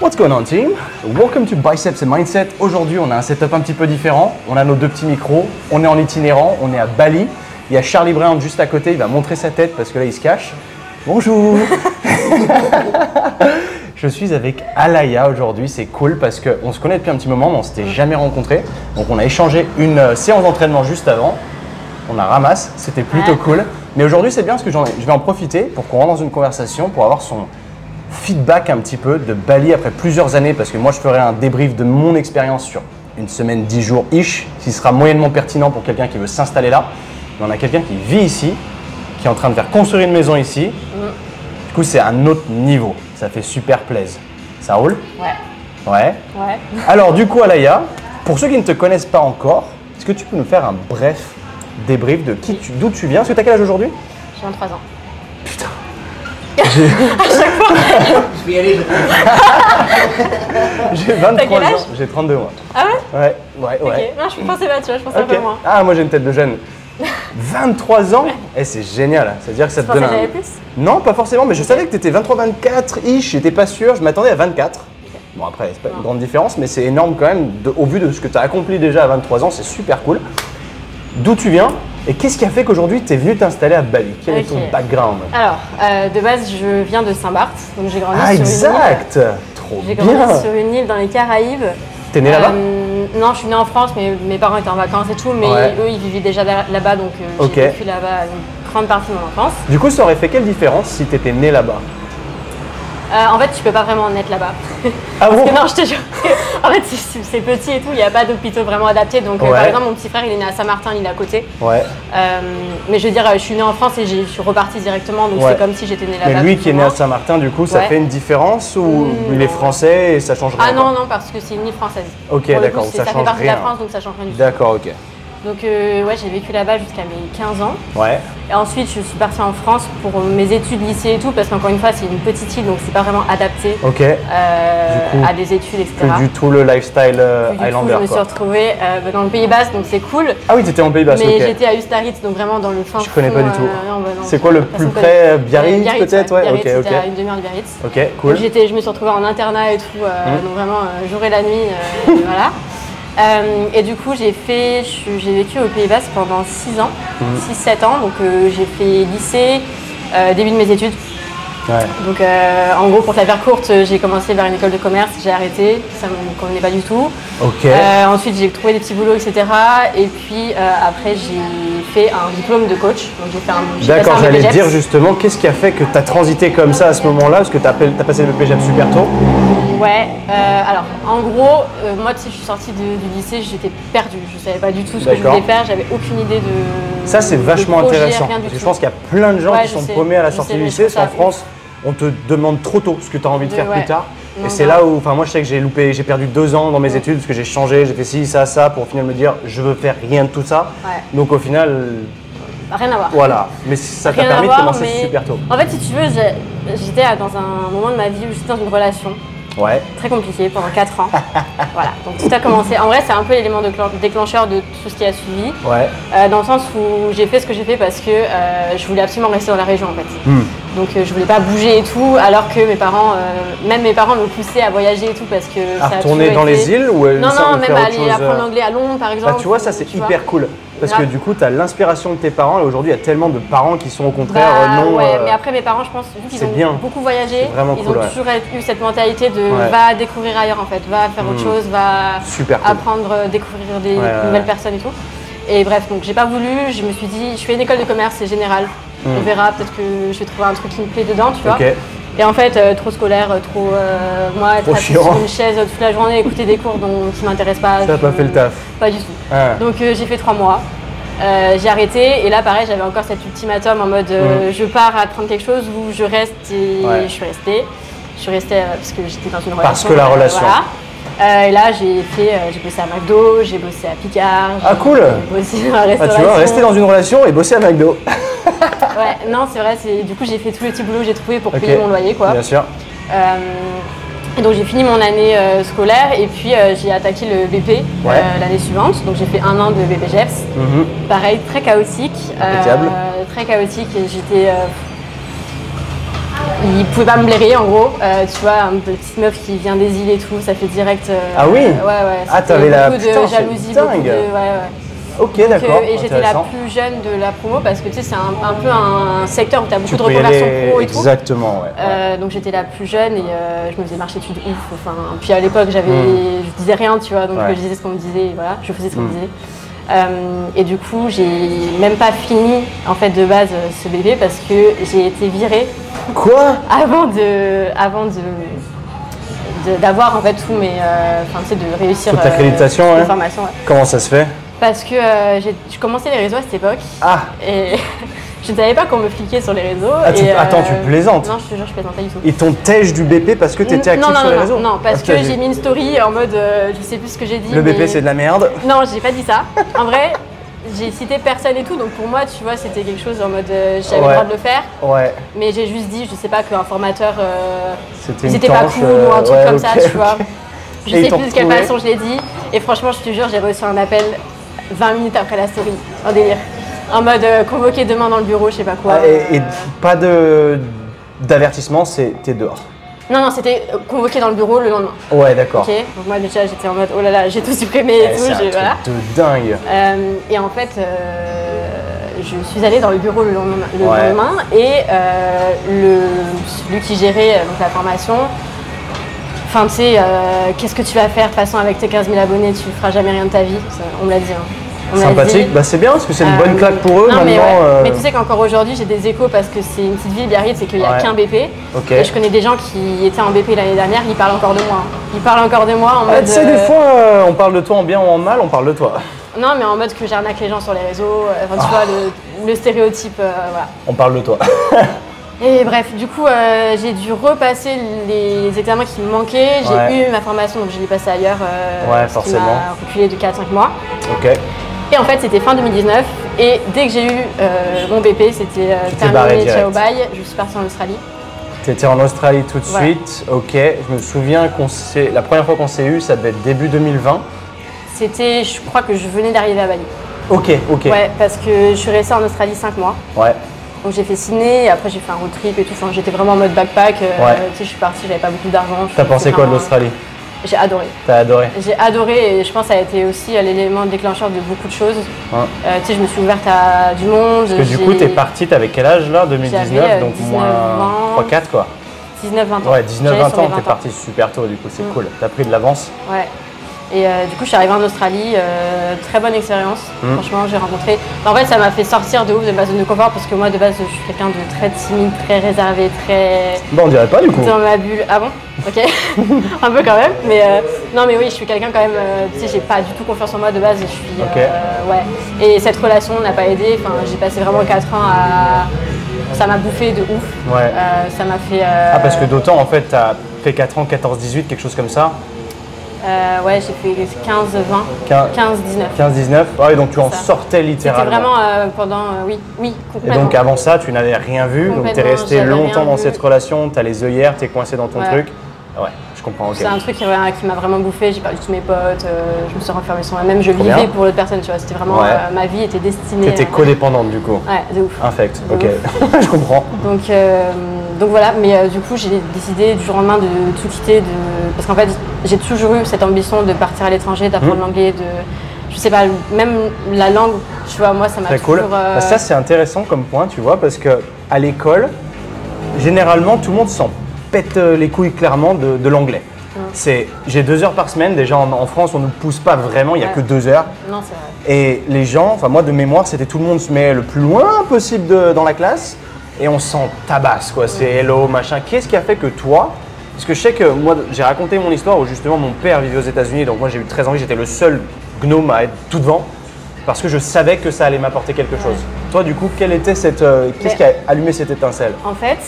What's going on team? Welcome to Biceps and Mindset. Aujourd'hui, on a un setup un petit peu différent. On a nos deux petits micros, on est en itinérant, on est à Bali. Il y a Charlie Brown juste à côté, il va montrer sa tête parce que là, il se cache. Bonjour. Je suis avec Alaya aujourd'hui, c'est cool parce qu'on se connaît depuis un petit moment, mais on s'était jamais rencontrés. Donc on a échangé une euh, séance d'entraînement juste avant. On a ramasse, c'était plutôt cool. Mais aujourd'hui, c'est bien parce que j'en ai- je vais en profiter pour qu'on rentre dans une conversation, pour avoir son feedback un petit peu de Bali après plusieurs années, parce que moi je ferai un débrief de mon expérience sur une semaine, dix jours ish, qui sera moyennement pertinent pour quelqu'un qui veut s'installer là. Mais on a quelqu'un qui vit ici, qui est en train de faire construire une maison ici. Du coup, c'est un autre niveau. Ça fait super plaise. Ça roule Ouais, Ouais. ouais. Alors, du coup, Alaya, pour ceux qui ne te connaissent pas encore, est-ce que tu peux nous faire un bref débrief de qui tu, d'où tu viens Parce que t'as quel âge aujourd'hui J'ai 23 ans. Je vais y aller, je J'ai 23 quel âge ans. J'ai 32 mois. Ah ouais Ouais, ouais, ouais. Ok. Non, je pensais pas, tu vois, je pensais un Ok. peu moins. Ah, moi j'ai une tête de jeune. 23 ans Eh, c'est génial. C'est-à-dire que ça te pensais donne que un... j'avais plus Non, pas forcément, mais je savais que t'étais 23-24 ish, j'étais pas sûr, je m'attendais à 24. Bon, après, c'est pas une grande différence, mais c'est énorme quand même, de- au vu de ce que t'as accompli déjà à 23 ans, c'est super cool. D'où tu viens et qu'est-ce qui a fait qu'aujourd'hui t'es venu t'installer à Bali Quel est ton Ok. background Alors, euh, de base, je viens de Saint-Barth, donc j'ai grandi Ah, sur exact Trop une île. J'ai grandi bien sur une île dans les Caraïbes. T'es né là-bas Euh, Non, je suis née en France, mais mes parents étaient en vacances et tout, mais Ouais. eux, ils vivaient déjà là- là-bas, donc euh, j'ai Ok. vécu là-bas une grande partie de mon enfance. Du coup, ça aurait fait quelle différence si t'étais né là-bas Euh, en fait, tu peux pas vraiment en être là-bas. Ah Parce bon que non, je te jure. que- en fait, c'est- c'est c'est petit et tout, il n'y a pas d'hôpitaux vraiment adaptés. Donc, euh, Ouais. par exemple, mon petit frère, il est né à Saint-Martin, il est à côté. Ouais. Euh, mais je veux dire, euh, je suis née en France et j'ai- je suis repartie directement, donc Ouais. c'est comme si j'étais née là-bas. Mais lui qui est né à effectivement. Saint-Martin, du coup, ça bah, Ouais. fait une différence ou Mm, il est non. français et ça change rien Ah quoi non, non, parce que c'est une île française. Ok, Pour le coup, d'accord, c'est- ça Ça change fait partie de rien. la France, donc ça change rien du tout. D'accord, ok. Donc, euh, ouais, j'ai vécu là-bas jusqu'à mes 15 ans. Ouais. Et ensuite, je suis partie en France pour euh, mes études, lycée et tout, parce qu'encore une fois, c'est une petite île, donc c'est pas vraiment adapté Ok. euh, Du coup, à des études, etc. Plus du tout le lifestyle euh, Puis, du coup, Highlander. je me suis quoi. retrouvée euh, dans le Pays Basque, donc c'est cool. Ah oui, t'étais en Pays Basque, mais ok. j'étais à Ustaritz, donc vraiment dans le fin Je connais pas fond, du tout. non, bah non, C'est quoi le plus personne près, euh, connaît. Biarritz, peut-être Ouais, Biarritz, ok, c'était ok. à une demi-heure de Biarritz. Ok, cool. J'étais, je me suis retrouvée en internat et tout, euh, donc vraiment euh, jour et la nuit, euh, et voilà. Euh, et du coup, j'ai fait, je suis- j'ai vécu au Pays Basque pendant 6 ans, Mhm. 6-7 ans. Donc euh, j'ai fait lycée, euh, début de mes études. Ouais. Donc euh, en gros, pour te la faire courte, euh, j'ai commencé vers une école de commerce, j'ai arrêté, ça me convenait pas du tout. Ok. Euh, ensuite, j'ai trouvé des petits boulots, etc. Et puis euh, après, j'ai fait un diplôme de coach. Donc j'ai fait un. j'ai passé D'accord, un j'allais BPGEPS. dire justement, qu'est-ce qui a fait que t'as transité comme ça à ce moment-là Parce que t'as t'as passé le PGM super tôt. Ouais, euh, alors en gros, euh, moi tu sais, je suis sortie de- du lycée, j'étais perdue, je savais pas du tout ce que je D'accord. voulais faire, j'avais aucune idée de. Ça, c'est de vachement projet, intéressant. rien du Parce que je tout. pense qu'il y a plein de gens Ouais, qui je sont sais, paumés à la je sortie sais, du mais lycée. je trouve En ça- France, on te demande trop tôt ce que tu as envie de De- faire plus ouais. tard. Non, et c'est grave. là où, enfin, moi, je sais que j'ai loupé, j'ai perdu deux ans dans mes études parce que j'ai changé, j'ai fait ci, ça, ça, pour au final me dire, je veux faire rien de tout ça. Ouais. Donc au final, Rien à voir. voilà. Mais ça t'a Rien à permis de voir, commencer mais- super tôt. En fait, si tu veux, j'ai- j'étais à- dans un moment de ma vie où j'étais dans une relation Ouais. très compliquée pendant 4 ans. voilà, donc tout a commencé. En vrai, c'est un peu l'élément déclen- déclencheur de tout ce qui a suivi. Ouais. Euh, dans le sens où j'ai fait ce que j'ai fait parce que euh, je voulais absolument rester dans la région en fait. Hmm. Donc euh, je voulais pas bouger et tout, alors que mes parents, euh, même mes parents me poussaient à voyager et tout parce que À ça a retourner toujours dans été- les îles ou euh, Non, ça, non, ou même faire à autre aller chose, apprendre euh, l'anglais à Londres par exemple. Bah, tu vois, ça c'est tu vois. hyper cool. Parce que Grave. du coup, tu as l'inspiration de tes parents et aujourd'hui, il y a tellement de parents qui sont au contraire Bah, euh, non. ouais, euh, mais après mes parents, je pense, vu qu'ils c'est ont bien. beaucoup voyagé, C'est vraiment ils cool, ont ouais. toujours eu cette mentalité de Ouais. va découvrir ailleurs en fait, va faire autre Hmm. chose, va Super cool. apprendre, euh, découvrir Ouais, des ouais, nouvelles ouais. personnes et tout. Et bref, donc j'ai pas voulu, je me suis dit, je fais une école de commerce, c'est général. On Hmm. verra, peut-être que je vais trouver un truc qui me plaît dedans, tu vois. Ok. Et en fait, euh, trop scolaire, euh, trop. euh, moi, être Trop assise chiant. sur une chaise toute la journée, écouter des cours dont, qui m'intéressent pas. Ça n'a je- pas fait le taf. Pas du tout. Ouais. Donc euh, j'ai fait trois mois. Euh, j'ai arrêté et là pareil j'avais encore cet ultimatum en mode euh, je pars à apprendre quelque chose ou je reste et Mhm. Ouais. je suis restée. Je suis restée euh, parce que j'étais dans une relation. Parce que la euh, relation. voilà. Euh, et là j'ai fait, euh, j'ai bossé à McDo, j'ai bossé à Picard. Ah, j'ai- cool. J'ai bossé dans la Ah, restauration. tu vois, rester dans une relation et bosser à McDo. Ouais, non c'est vrai, c'est du coup j'ai fait tous les petits boulots que j'ai trouvé pour Ok. payer mon loyer quoi. Bien sûr. Euh, et donc j'ai fini mon année euh, scolaire et puis euh, j'ai attaqué le BP euh, Ouais. l'année suivante. Donc j'ai fait un an de BPGEPS. Mhm. E Pareil, très chaotique. Impeccable. Euh, très chaotique. et J'étais. euh, il pouvait pas me blairer en gros. Euh, tu vois, une petite meuf qui vient des îles et tout, ça fait direct. euh, Ah oui euh, Ouais, ouais. Ah, c'était t'avais la- Beaucoup Putain, de c'est jalousie, dingue. beaucoup de. Ouais, ouais. Ok, Donc, d'accord. euh, et j'étais la intéressant. plus jeune de la promo parce que tu sais, c'est un, un peu un secteur où t'as beaucoup Tu de peux y reconversions aller- pro et tout. Exactement, ouais. ouais. Euh, donc j'étais la plus jeune et euh, je me faisais marcher dessus de ouf. Enfin, puis à l'époque, j'avais, je disais rien, tu vois. Donc Hmm. Ouais. je disais ce qu'on me disait, et voilà, je faisais ce qu'on me Mm. disait. Euh, et du coup, j'ai même pas fini en fait de base euh, ce bébé parce que j'ai été virée Quoi avant de, avant de, de- d'avoir en fait tous mes, euh, enfin tu sais, de réussir Toute l'accréditation, toutes les ouais. formations, ouais. Comment ça se fait Parce que euh, j'ai, je commençais les réseaux à cette époque Ah et je ne savais pas qu'on me fliquait sur les réseaux. Ah, tu- et, euh, attends, tu plaisantes. Non, je te jure, je plaisante pas du tout. Ils t'ont tèche du BP parce que t'étais active non, non, sur non, les non, réseaux non, parce Ah, que putain, j'ai mis une story en mode euh, je sais plus ce que j'ai dit. Le BP mais- c'est de la merde. Non, j'ai pas dit ça. En vrai, j'ai cité personne et tout, donc pour moi, tu vois, c'était quelque chose en mode euh, j'avais Ouais. le droit de le faire, Ouais, mais j'ai juste dit, je sais pas, qu'un formateur. euh, c'était ils une étaient pas tanche, cool euh, ou un truc ouais, comme ok, ça, tu ok. vois. Je Et ils sais t'ont plus de quelle retrouvé façon je l'ai dit. Et franchement, je te jure, j'ai reçu un appel 20 minutes après la story, en délire. En mode euh, convoqué demain dans le bureau, je sais pas quoi. Ah, et, et euh, pas de d'avertissement, c'est t'es dehors. Non, non, c'était euh, convoqué dans le bureau le lendemain. Ouais, d'accord. Ok, donc moi déjà j'étais en mode oh là là, j'ai tout supprimé et Eh, tout, c'est un j'ai- truc voilà. de dingue. Euh, et en fait, euh, je suis allée dans le bureau le lendemain, le Ouais. lendemain, et euh, le, celui qui gérait euh, donc, la formation, enfin tu sais, euh, qu'est-ce que tu vas faire de toute façon avec tes 15 000 abonnés, tu feras jamais rien de ta vie, Ça, on me l'a dit. hein. On me l'a Sympathique. dit. Bah c'est bien parce que c'est une Euh, bonne claque pour eux non, maintenant. Mais, ouais. euh, Mais tu sais qu'encore aujourd'hui, j'ai des échos parce que c'est une petite ville, Biarritz, et qu'il n'y a Ouais. qu'un BP. Ok. Et je connais des gens qui étaient en BP l'année dernière, ils parlent encore de moi. hein. Ils parlent encore de moi en Ah, mode. tu sais, des euh, fois, euh, on parle de toi en bien ou en mal, on parle de toi. Non, mais en mode que j'arnaque les gens sur les réseaux. euh, Enfin, tu vois, le, le stéréotype, euh, voilà. On parle de toi. Et bref, du coup, euh, j'ai dû repasser les examens qui me manquaient. J'ai Ouais. eu ma formation, donc je l'ai passée ailleurs. euh, Ouais, ce qui forcément. m'a reculé de 4-5 mois. ok. Et en fait, c'était fin 2019. Et dès que j'ai eu euh, mon BP, c'était euh, t'es barrée terminé, direct. ciao, bye. Je suis partie en Australie. T'étais en Australie tout de Ouais. suite. Ok. Je me souviens qu'on s'est. La première fois qu'on s'est eu, ça devait être début 2020. C'était, je crois que je venais d'arriver à Bali. Ok, ok. Ouais, parce que je suis restée en Australie 5 mois. Ouais. Donc j'ai fait ciné, et après j'ai fait un road trip et tout. Enfin, j'étais vraiment en mode backpack. euh, Ouais. Tu sais, je suis partie, j'avais pas beaucoup d'argent. Je T'as suis pensé quoi de vraiment- l'Australie J'ai adoré. T'as adoré. J'ai adoré et je pense que ça a été aussi euh, l'élément déclencheur de beaucoup de choses. Ouais. Euh, tu sais, je me suis ouverte à du monde. Parce que du j'ai coup, t'es parti, t'avais quel âge là 2019, J'avais, euh, donc 19, moins 20. 3-4 quoi. 19-20 ans. Ouais, J'allais 19-20 sur mes Mm. ans, t'es parti super tôt, du coup, c'est cool. T'as pris de l'avance. Ouais. Et euh, du coup, je suis arrivée en Australie, euh, très bonne expérience. Mm. Franchement, j'ai rencontré. En fait, ça m'a fait sortir de ouf de ma zone de confort parce que moi, de base, je suis quelqu'un de très timide, très réservé, très. Bon, Bah, on dirait pas du coup. dans ma bulle. Ah bon Ok. un peu quand même. Mais euh, non, mais oui, je suis quelqu'un quand même. euh, tu sais, j'ai pas du tout confiance en moi de base. Je suis. euh, Ok. ouais. Et cette relation n'a pas aidé. Enfin, j'ai passé vraiment 4 ans à. Ça m'a bouffé de ouf. Ouais. Euh, ça m'a fait. euh, Ah, parce que d'autant en fait, t'as fait 4 ans, 14-18, quelque chose comme ça. euh, ouais, j'ai fait 15, 20. Quin- 15, 19. 15-19. Ah oui, donc tu en Ça. sortais C'était littéralement. vraiment euh, pendant. euh, oui, oui, Et complètement. donc avant ça, tu n'avais rien vu, donc t'es Complètement, resté j'avais longtemps rien dans vu. cette relation, t'as les œillères, t'es coincé dans ton Ouais. truc. Ah Ouais, je comprends, ok. C'est un truc qui, ouais, qui m'a vraiment bouffé. J'ai perdu tous mes potes. euh, je me suis renfermée sur moi-même. Je Trop vivais bien. pour l'autre personne, tu vois. C'était vraiment. Ouais. euh, ma vie était destinée. T'étais à- codépendante du coup. Ouais, de ouf. Infect, euh, De ok. ouf. je comprends. Donc, euh, donc voilà, mais euh, du coup j'ai décidé du jour au lendemain de tout quitter, de... parce qu'en fait j'ai toujours eu cette ambition de partir à l'étranger, d'apprendre Mhm. l'anglais, de... Je sais pas, même la langue, tu vois, moi ça m'a Très toujours... cool. euh, Bah, ça, c'est intéressant comme point, tu vois, parce que à l'école, généralement, tout le monde s'en pète euh, les couilles clairement de, de l'anglais. C'est j'ai deux heures par semaine. Déjà en, en France, on ne pousse pas vraiment. Il y a Ouais. que deux heures. Non, c'est vrai. Et les gens, enfin moi de mémoire, c'était tout le monde se met le plus loin possible de- dans la classe et on s'en tabasse quoi. C'est hello machin. Qu'est-ce qui a fait que toi Parce que je sais que moi j'ai raconté mon histoire où justement mon père vivait aux États-Unis, donc moi j'ai eu très envie, j'étais le seul gnome à être tout devant parce que je savais que ça allait m'apporter quelque chose. Toi du coup, quelle était cette euh, qu'est-ce Mais- qui a allumé cette étincelle En fait,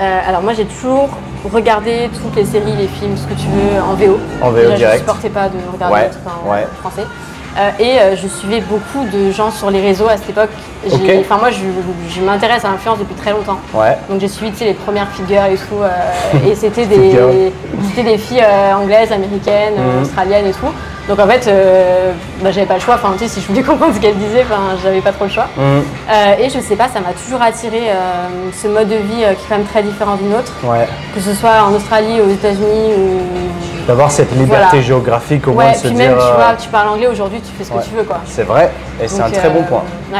euh, alors moi j'ai toujours regardé toutes les séries, les films, ce que tu veux, en VO. En VO Déjà, Je direct. supportais pas de regarder Ouais, des trucs en ouais. français. Euh, et euh, je suivais beaucoup de gens sur les réseaux à cette époque. J'ai- Ok. Enfin moi je, je m'intéresse à l'influence depuis très longtemps. Ouais. Donc j'ai suivi tu sais, les premières figures et tout. euh, et c'était des, Figures. c'était des filles euh, anglaises, américaines, euh, Mhm. australiennes et tout. Donc en fait, euh, bah, j'avais pas le choix. Enfin, tu sais, si je voulais comprendre ce qu'elle disait, enfin, j'avais pas trop le choix. Mmh, Euh, et je sais pas, ça m'a toujours attiré euh, ce mode de vie euh, qui est quand même très différent d'une autre, Ouais. que ce soit en Australie, aux États-Unis ou. D'avoir cette liberté Voilà. géographique au moins Ouais, de se puis dire. même, tu euh, vois, tu parles anglais aujourd'hui, tu fais ce que ouais. tu veux, quoi. C'est vrai, et c'est Donc, un très euh, bon point. Ouais,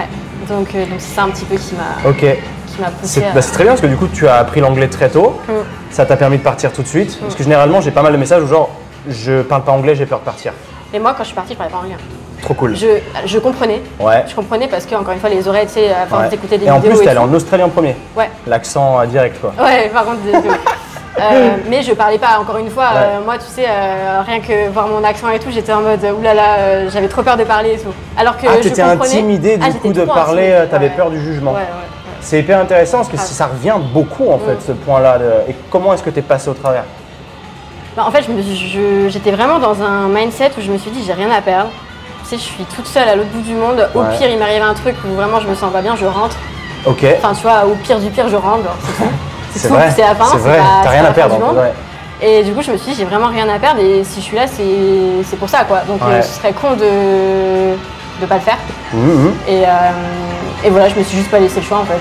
donc euh, donc c'est ça un petit peu qui m'a Ok. qui m'a poussé. C'est à- bah, c'est très bien parce que du coup tu as appris l'anglais très tôt, Mm. ça t'a permis de partir tout de suite. Parce que généralement j'ai pas mal de messages où genre je parle pas anglais, j'ai peur de partir. Et moi, quand je suis partie, je parlais pas anglais. Trop cool. Je, je comprenais. Ouais. Je comprenais parce que, encore une fois, les oreilles, tu sais, à force Ouais. d'écouter des et en vidéos. plus t'es et allé tout. en Australie en premier. Ouais, L'accent euh, direct quoi. ouais, par contre, des- des- Euh, mais je parlais pas, encore une fois, euh, moi, tu sais, euh, rien que voir mon accent et tout, j'étais en mode, oulala, euh, j'avais trop peur de parler et tout. Alors que ah je t'étais comprenais- intimidée du Ah, coup j'étais de trop parler, intimidée, euh, t'avais ouais. peur du jugement. Ouais, Mm. ouais, ouais. C'est hyper intéressant parce que Ah. ça revient beaucoup en fait ce point là. Et comment est-ce que t'es passé au travers Bah, en fait, je me- je- j'étais vraiment dans un mindset où je me suis dit, j'ai rien à perdre. Tu sais, je suis toute seule à l'autre bout du monde. Au Ouais. pire, il m'arrive un truc où vraiment je me sens pas bien, je rentre. Ok. Enfin, tu vois, au pire du pire, je rentre. genre, c'est tout. C'est tout, vrai. c'est la fin, C'est c'est vrai. pas- T'as c'est rien pas à la fin perdre. du en fait, monde. ouais. Et du coup, je me suis dit, j'ai vraiment rien à perdre. Et si je suis là, c'est c'est pour ça, quoi. Donc, euh, Ouais. ce serait con de de pas le faire. Mhm, mhm. Et, euh, et voilà, je me suis juste pas laissé le choix, en fait.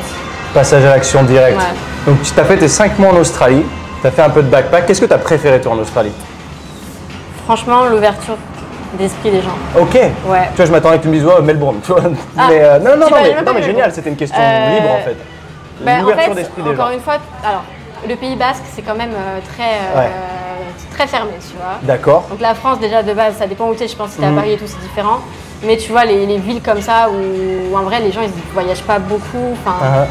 Passage à l'action directe. Ouais. Donc tu t'as fait tes 5 mois en Australie, t'as fait un peu de backpack. Qu'est-ce que t'as préféré toi en Australie Franchement, l'ouverture d'esprit des gens. Ok. Ouais. Tu vois, je m'attendais que tu me dises ouais, Melbourne. Tu vois. Ah. Mais euh, non, non, non, Tu m'avais mais, même non, pas mais vu, génial. Melbourne. C'était une question Euh, libre en fait. Bah, en L'ouverture fait, d'esprit des encore gens. une fois, alors, le Pays Basque, c'est quand même euh, très, euh, Ouais. très fermé, tu vois. D'accord. Donc la France, déjà, de base, ça dépend où t'es, je pense, si Mhm. t'es à Paris et tout, c'est différent. Mais tu vois, les, les villes comme ça, où, en vrai, les gens, ils voyagent pas beaucoup. Enfin, Ah,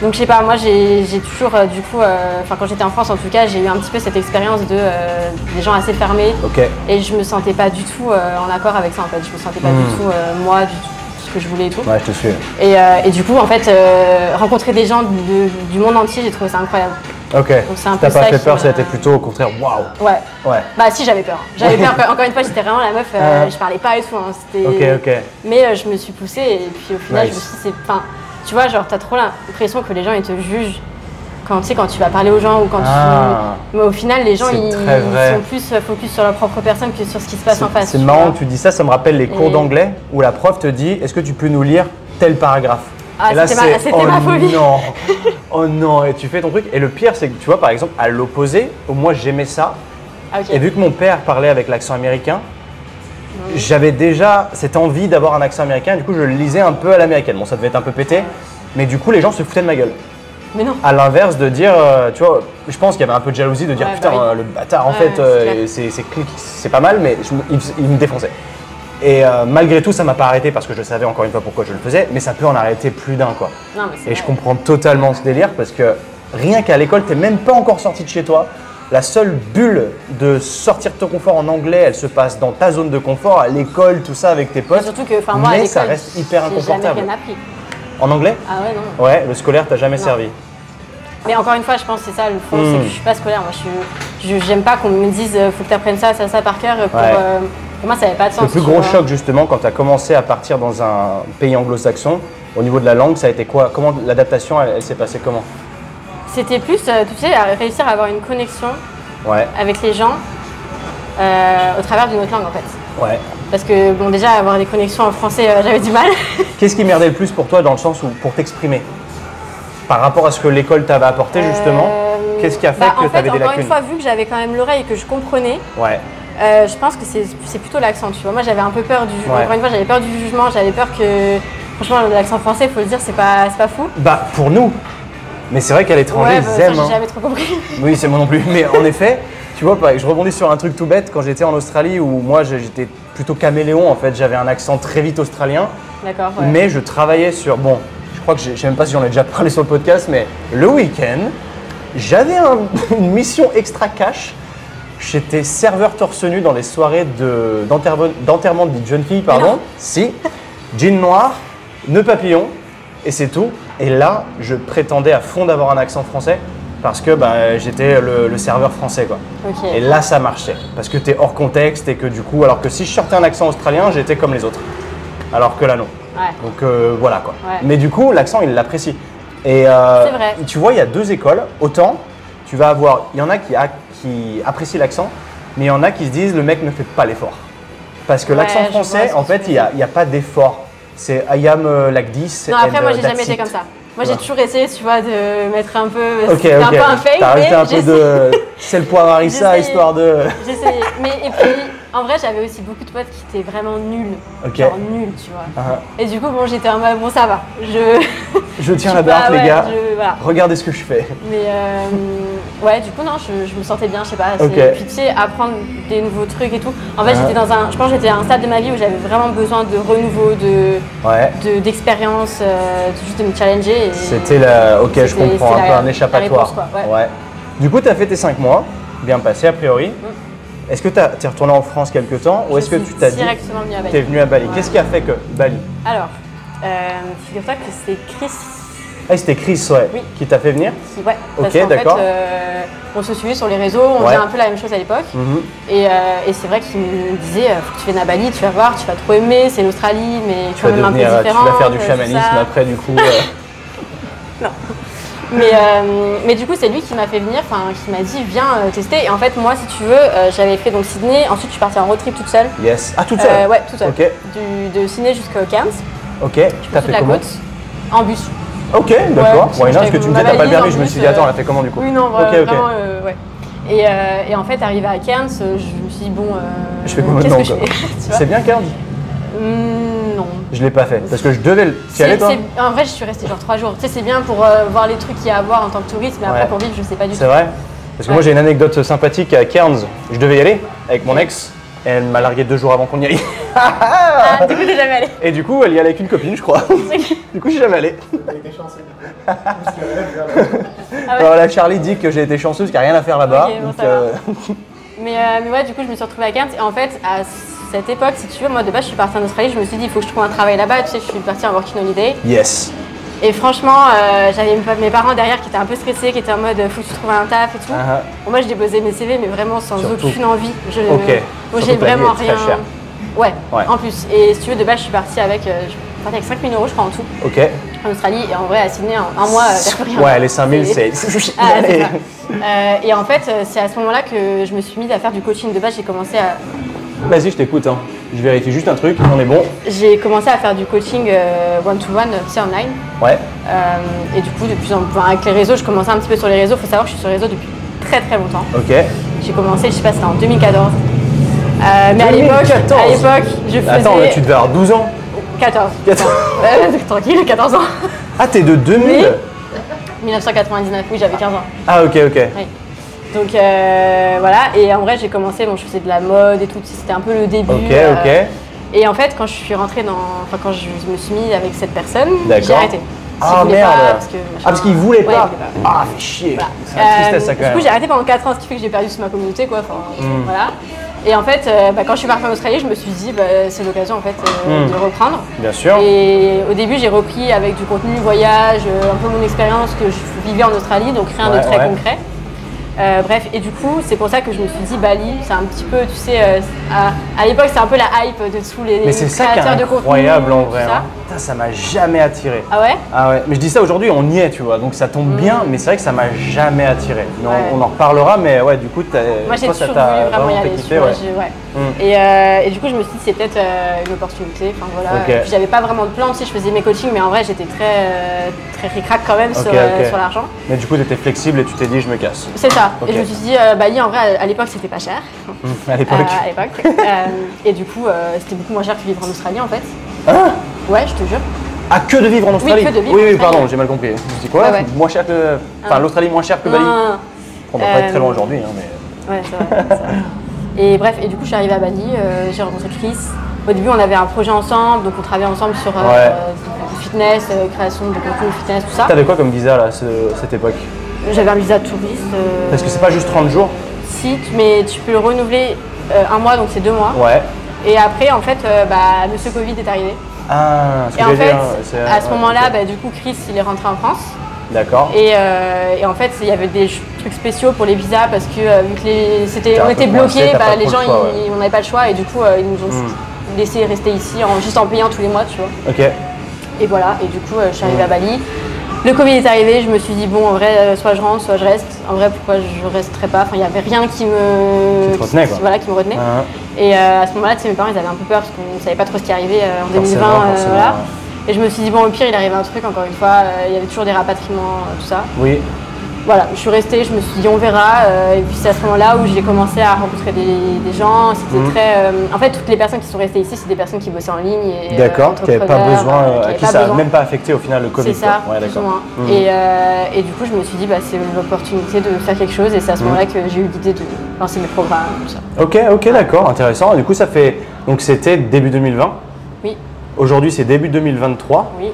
Donc je sais pas, moi, j'ai j'ai toujours, euh, du coup, euh, enfin, quand j'étais en France, en tout cas, j'ai eu un petit peu cette expérience de euh, des gens assez fermés. Ok. Et je me sentais pas du tout euh, en accord avec ça, en fait. Je me sentais pas Hmm. du tout, euh, moi, du tout ce que je voulais et tout. Ouais, je te suis. Et, euh, et du coup, en fait, euh, rencontrer des gens de- du monde entier, j'ai trouvé ça incroyable. Ok. c'est un T'as peu pas ça fait qui peur, m'a- c'était plutôt au contraire. Waouh. Ouais. Ouais. Bah si, j'avais peur. J'avais peur. que- Encore une fois, j'étais vraiment la meuf. euh, Ouais. Je parlais pas et tout. hein, C'était. Ah. Ok, ok. Mais euh, je me suis poussée et puis au final, Nice. je me suis dit, c'est- enfin, tu vois, genre, t'as trop l'impression que les gens ils te jugent quand tu sais quand tu vas parler aux gens ou quand Ah. tu. Mais au final, les gens C'est ils, très vrai. ils sont plus euh, focus sur leur propre personne que sur ce qui se passe en C'est- face. C'est tu marrant vois. que tu dis ça, ça me rappelle les cours Et- d'anglais où la prof te dit est-ce que tu peux nous lire tel paragraphe Ah, Et là, c'était ma- c'est, c'était oh ma phobie. non, oh non, et tu fais ton truc. Et le pire, c'est que tu vois, par exemple, à l'opposé, où moi j'aimais ça, Ah, ok. et vu que mon père parlait avec l'accent américain, j'avais déjà cette envie d'avoir un accent américain, du coup je le lisais un peu à l'américaine. Bon, ça devait être un peu pété, mais du coup les gens se foutaient de ma gueule. Mais non. À l'inverse de dire, euh, tu vois, je pense qu'il y avait un peu de jalousie de dire Ouais, bah putain, oui. euh, le bâtard en Ouais, fait, c'est euh, clair. c'est c'est clic, c'est pas mal, mais je me- il, il me défonçait. Et euh, malgré tout, ça m'a pas arrêté parce que je savais encore une fois pourquoi je le faisais, mais ça peut en arrêter plus d'un quoi. Non, mais c'est Et je vrai. comprends totalement ce délire parce que rien qu'à l'école, t'es même pas encore sorti de chez toi. La seule bulle de sortir de ton confort en anglais, elle se passe dans ta zone de confort, à l'école, tout ça avec tes potes. Surtout que, enfin, moi, Ah, à mais l'école, ça reste hyper j'ai inconfortable. Jamais rien appris. En anglais Ah ouais, non. Ouais, le scolaire t'a jamais servi. Mais encore une fois, je pense que c'est ça le fond, c'est Hmm. que je suis pas scolaire. Moi, je suis- je- j'aime pas qu'on me dise euh, faut que tu apprennes ça, ça, ça par cœur. euh, Pour, Ouais. euh, pour moi, ça n'avait pas de sens. Le plus tu gros vois. choc justement quand tu as commencé à partir dans un pays anglo-saxon, au niveau de la langue, ça a été quoi Comment l'adaptation, elle, elle s'est passée comment C'était plus, euh, tu sais, à réussir à avoir une connexion Ouais, avec les gens euh, au travers d'une autre langue, en fait. ouais. Parce que, bon, déjà, avoir des connexions en français, euh, j'avais du mal. Qu'est-ce qui merdait le plus pour toi dans le sens où pour t'exprimer Par rapport à ce que l'école t'avait apporté justement, Euh, qu'est-ce qui a fait bah, que En tu avais fait, des encore lacunes une fois, vu que j'avais quand même l'oreille et que je comprenais, Ouais, Euh, je pense que c'est c'est plutôt l'accent, tu vois. Moi, j'avais un peu peur du jugement. Ouais. Encore une fois, j'avais peur du jugement. J'avais peur que, franchement, l'accent français, faut le dire, c'est pas, c'est pas fou. bah pour nous. Mais c'est vrai qu'à l'étranger, bah, ils ça, aiment. j'ai hein. jamais trop compris. Oui, c'est moi non plus. Mais en effet, tu vois, pareil, je rebondis sur un truc tout bête. Quand j'étais en Australie, où moi j'étais plutôt caméléon, en fait, j'avais un accent très vite australien. D'accord. ouais. Mais je travaillais sur. Bon, je crois que j'ai- je sais même pas si j'en ai déjà parlé sur le podcast, mais le week-end, j'avais un- une mission extra cash. J'étais serveur torse nu dans les soirées de- d'enterrement d'enterrement de vie de jeune fille, pardon. Si. Jean noir, nœud papillon, et c'est tout. Et là, je prétendais à fond d'avoir un accent français parce que bah, j'étais le, le serveur français, quoi. Ok. Et là, ça marchait. Parce que t'es hors contexte et que du coup, alors que si je sortais un accent australien, j'étais comme les autres. Alors que là, non. Ouais. Donc euh, voilà quoi. Ouais. Mais du coup, l'accent, il l'apprécie. Et euh, C'est vrai. tu vois, il y a deux écoles. Autant, tu vas avoir. Il y en a qui, a- qui apprécient l'accent, mais il y en a qui se disent le mec ne fait pas l'effort. Parce que Ouais, l'accent je vois ce français, que en tu fait, veux il n'y a, il y a pas d'effort. C'est I am euh, like this. Non, après, and, moi, euh, j'ai that's jamais été it. comme ça. Moi, j'ai Voilà. toujours essayé, tu vois, de mettre un peu. Ok, c'était un ok. peu un fake, T'as mais rajouté un peu j'essayais. de sel poivre harissa J'essaie. histoire de. j'essayais. Mais et puis, en vrai, j'avais aussi beaucoup de potes qui étaient vraiment nuls. Ok. Genre nuls, tu vois. Ah, Et du coup, bon, j'étais en mode, bon, ça va. Je. je tiens je la suis pas- barre, les Bah ouais, gars. je- voilà. Regardez ce que je fais. Mais euh, ouais, du coup, non, je, je me sentais bien, je sais pas. c'est- Ok. Puis tu sais, apprendre des nouveaux trucs et tout. En fait, Ah. j'étais dans un. Je pense que j'étais à un stade de ma vie où j'avais vraiment besoin de renouveau, de Ouais. de- d'expérience, euh, de- juste de me challenger. et- C'était la. Ok, je C'était- comprends. c'est Un peu la- un échappatoire. la réponse, quoi, ouais. Du coup, tu as fait tes 5 mois, bien passé a priori. Est-ce que tu es retourné en France quelques temps ou Mm. je est-ce que suis tu t'as dit directement venue à Bali. tu es venu à Bali Ouais. Qu'est-ce qui a fait que Bali Alors, euh, figure-toi que c'est Chris Ah, c'était Chris, ouais, Oui. qui t'a fait venir qui, ouais, Ok, parce qu'en fait, d'accord. euh, on se suivait sur les réseaux, on Ouais. faisait un peu la même chose à l'époque. Mhm. Et, euh, et c'est vrai qu'il me disait, euh, faut que tu viennes à Bali, tu vas voir, tu vas trop aimer, c'est l'Australie, mais Tu quand vas, même devenir, un peu tu différent. euh, vas faire du chamanisme après, du coup. euh, Mais, euh, mais du coup, c'est lui qui m'a fait venir, enfin, qui m'a dit, viens euh, tester. Et en fait, moi, si tu veux, euh, j'avais fait donc Sydney, ensuite je suis partie en road trip toute seule. yes. Ah, toute Euh, seule ouais, toute seule. Ok. Du- de Sydney jusqu'au Cairns, Ok, t'as toute fait la comment côte, en bus. Ok, d'accord. Ouais, Ouais, non, j'avais parce que tu me disais, ma t'as pas le valise permis, en je me bus, suis dit, attends, euh, elle a fait comment du coup Oui, non, Ok, vra- ok. vraiment, euh, ouais. Et, euh, et en fait, arrivé à Cairns, euh, je me suis dit, bon, euh, Je fais quoi qu'est-ce maintenant, que je quoi fais Tu vois C'est bien, Cairns Hum, Non. Je l'ai pas fait parce que je devais le. Tu y allais C'est- toi c'est- En vrai, je suis restée genre trois jours. Tu sais, c'est bien pour euh, voir les trucs qu'il y a à voir en tant que touriste, mais Ouais. après, pour vivre, je sais pas du tout. C'est vrai Parce que moi, Ouais. j'ai une anecdote sympathique à Cairns. Je devais y aller avec mon ex. et Elle m'a largué deux jours avant qu'on y aille. Ah, du coup, t'es jamais allée. Et du coup, elle y allait avec une copine, je crois. Du coup, je suis jamais allé. T'as été chanceux. du coup. Parce que là, regarde, Alors là, Charlie dit que j'ai été chanceuse, qu'il n'y a rien à faire là-bas. Ah Ok, bon, donc, euh, ça Mais, euh, mais ouais, du coup, je me suis retrouvée à Cairns. Et en fait, à cette époque, si tu veux, moi de base, je suis partie en Australie. Je me suis dit, il faut que je trouve un travail là-bas. Tu sais, je suis partie en working holiday. yes. Et franchement, euh, j'avais mes pa- mes parents derrière qui étaient un peu stressés, qui étaient en mode, faut que tu trouves un taf et tout. Ah, Bon, moi, je déposais mes CV, mais vraiment sans Surtout. aucune envie. Je... Ok. Bon, Surtout j'ai que la vie vraiment est très rien. chère. Ouais, Ouais. en plus. Et si tu veux, de base, je suis partie avec, euh, je suis partie avec 5000 euros, je crois, en tout. ok. en Australie et en vrai à Sydney en un mois euh, t'as plus rien. Ouais, les 5000, c'est. Ah, c'est ça. Euh, et en fait euh, c'est à ce moment-là que je me suis mise à faire du coaching de base j'ai commencé à Vas-y, je t'écoute. hein. Je vérifie juste un truc, on est bon. j'ai commencé à faire du coaching one to one tu sais online Ouais. Euh, et du coup de plus en enfin, avec les réseaux je commençais un petit peu sur les réseaux faut savoir que je suis sur les réseaux depuis très très longtemps Ok. j'ai commencé je sais pas c'était en 2014 Euh, mais à l'époque 2014. à l'époque je faisais Attends, mais tu devais avoir 12 ans. 14 14. Euh, tranquille 14 ans Ah, t'es de 2000 1999 oui j'avais 15 ans Ah, ok, ok. Oui. Donc euh, voilà, et en vrai j'ai commencé, bon, je faisais de la mode et tout, c'était un peu le début. Ok, euh, ok. Et en fait quand je suis rentrée dans, enfin quand je me suis mis avec cette personne, j'ai D'accord. arrêté. Parce Ah qu'il voulait merde pas, parce que machin. Ah, parce qu'il voulait Ouais, pas il voulait Ah, fait chier C'est Euh, la tristesse, ça, quand Du même. Hmm. coup j'ai arrêté pendant 4 ans, ce qui fait que j'ai perdu toute ma communauté quoi, enfin voilà. Et en fait euh, bah, quand je suis partie en Australie, je me suis dit bah, c'est l'occasion en fait euh, Mm. de reprendre. Bien sûr. Et au début, j'ai repris avec du contenu voyage, euh, un peu mon expérience que je vivais en Australie, donc rien Ouais, de très ouais. concret. Euh, bref, et du coup, c'est pour ça que je me suis dit Bali, c'est un petit peu, tu sais, euh, à, à l'époque, c'est un peu la hype de tous les Mais c'est ça qui est créateurs de contenu. incroyable en tout vrai. ça. hein. Putain, ça m'a jamais attiré. Ah ouais Ah ouais, mais je dis ça aujourd'hui, on y est, tu vois, donc ça tombe bien, mais c'est vrai que ça m'a jamais attiré. Mais on- Mm. Ouais. on, en reparlera, mais ouais, du coup, t'as- Moi, j'ai toi, toujours ça voulu t'a vraiment y vraiment fait aller. tu kiffer, vois, ouais. j'ai- ouais. Mm. Et, euh, et du coup, je me suis dit, c'est peut-être euh, une opportunité. Enfin, voilà. Ok. Et puis, J'avais pas vraiment de plan aussi, je faisais mes coachings, mais en vrai, j'étais très, euh, très ric-rac quand même Ok, sur, euh, ok. sur l'argent. Mais du coup, t'étais flexible et tu t'es dit, je me casse. C'est ça. Ok. Et je me suis dit, euh, Bali, en vrai, à à l'époque, c'était pas cher. À Euh, l'époque. à l'époque. Euh, et du coup, euh, c'était beaucoup moins cher que vivre en Australie en fait. Hein Ouais, je te jure. Ah, que de vivre en Australie que de vivre Oui, en oui, Australie. pardon, j'ai mal compris. Je me dis quoi Ouais, ouais. Moins cher que. Enfin, Ah. l'Australie moins cher que Bali. Non, non, On va pas être très loin Euh, aujourd'hui, hein, mais. non. Ouais, c'est vrai, c'est vrai. Et bref, et du coup, je suis arrivée à Bali, euh, j'ai rencontré Chris. Au début, on avait un projet ensemble, donc on travaillait ensemble sur euh, Ouais. euh, fitness, euh, création de contenu fitness, tout ça. T'avais quoi comme visa là, à ce- cette époque J'avais un visa touriste. euh, Parce que c'est pas juste 30 jours Si, tu- mais tu peux le renouveler euh, un mois, donc c'est deux mois. Ouais. Et après, en fait, euh, bah, monsieur Covid est arrivé. Ah, ce que Et en j'allais fait, dire, c'est- à ce ouais, moment-là, ok. bah, du coup, Chris, il est rentré en France. D'accord. Et, euh, et en fait, il y avait des ch- trucs spéciaux pour les visas parce que euh, vu que les, c'était, T'es un on peu était coincé, bloqués, t'as bah, pas les trop gens, le choix, Hmm. ils- on n'avait pas le choix et du coup, euh, ils nous ont laissé rester ici en, juste en payant tous les mois, tu vois. Ok. Et voilà, et du coup, euh, je suis Hmm. arrivée à Bali. Le Covid est arrivé, je me suis dit, bon, en vrai, euh, soit je rentre, soit je reste. En vrai, pourquoi je resterais pas Enfin, il n'y avait rien qui me. Qui te retenait, quoi. Voilà, qui me retenait. Ah, Et euh, à ce moment-là, tu sais, mes parents, ils avaient un peu peur parce qu'on ne savait pas trop ce qui arrivait euh, en 2020. Forcément, euh, forcément, voilà. ouais. Et je me suis dit, bon, au pire, il arrivait un truc, encore une fois, euh, il y avait toujours des rapatriements, euh, tout ça. Oui, Voilà, je suis restée, je me suis dit, on verra. euh, et puis c'est à ce moment-là où j'ai commencé à rencontrer des, des gens. C'était Mhm. très. euh, en fait, toutes les personnes qui sont restées ici, c'est des personnes qui bossaient en ligne. et, euh, d'accord, qui n'avaient pas entrepreneurs, besoin, euh, euh, à avaient qui pas ça n'a besoin. même pas affecté au final le Covid. C'est ça, quoi. Ouais, plus ou d'accord. moins. Mhm. Et, euh, et du coup, je me suis dit, bah, c'est l'opportunité de faire quelque chose. Et c'est à ce Mhm. moment-là que j'ai eu l'idée de lancer mes programmes. tout ça. Ok, ok, d'accord, intéressant. Du coup, ça fait. Donc, c'était début 2020. Oui, Aujourd'hui, c'est début 2023. oui.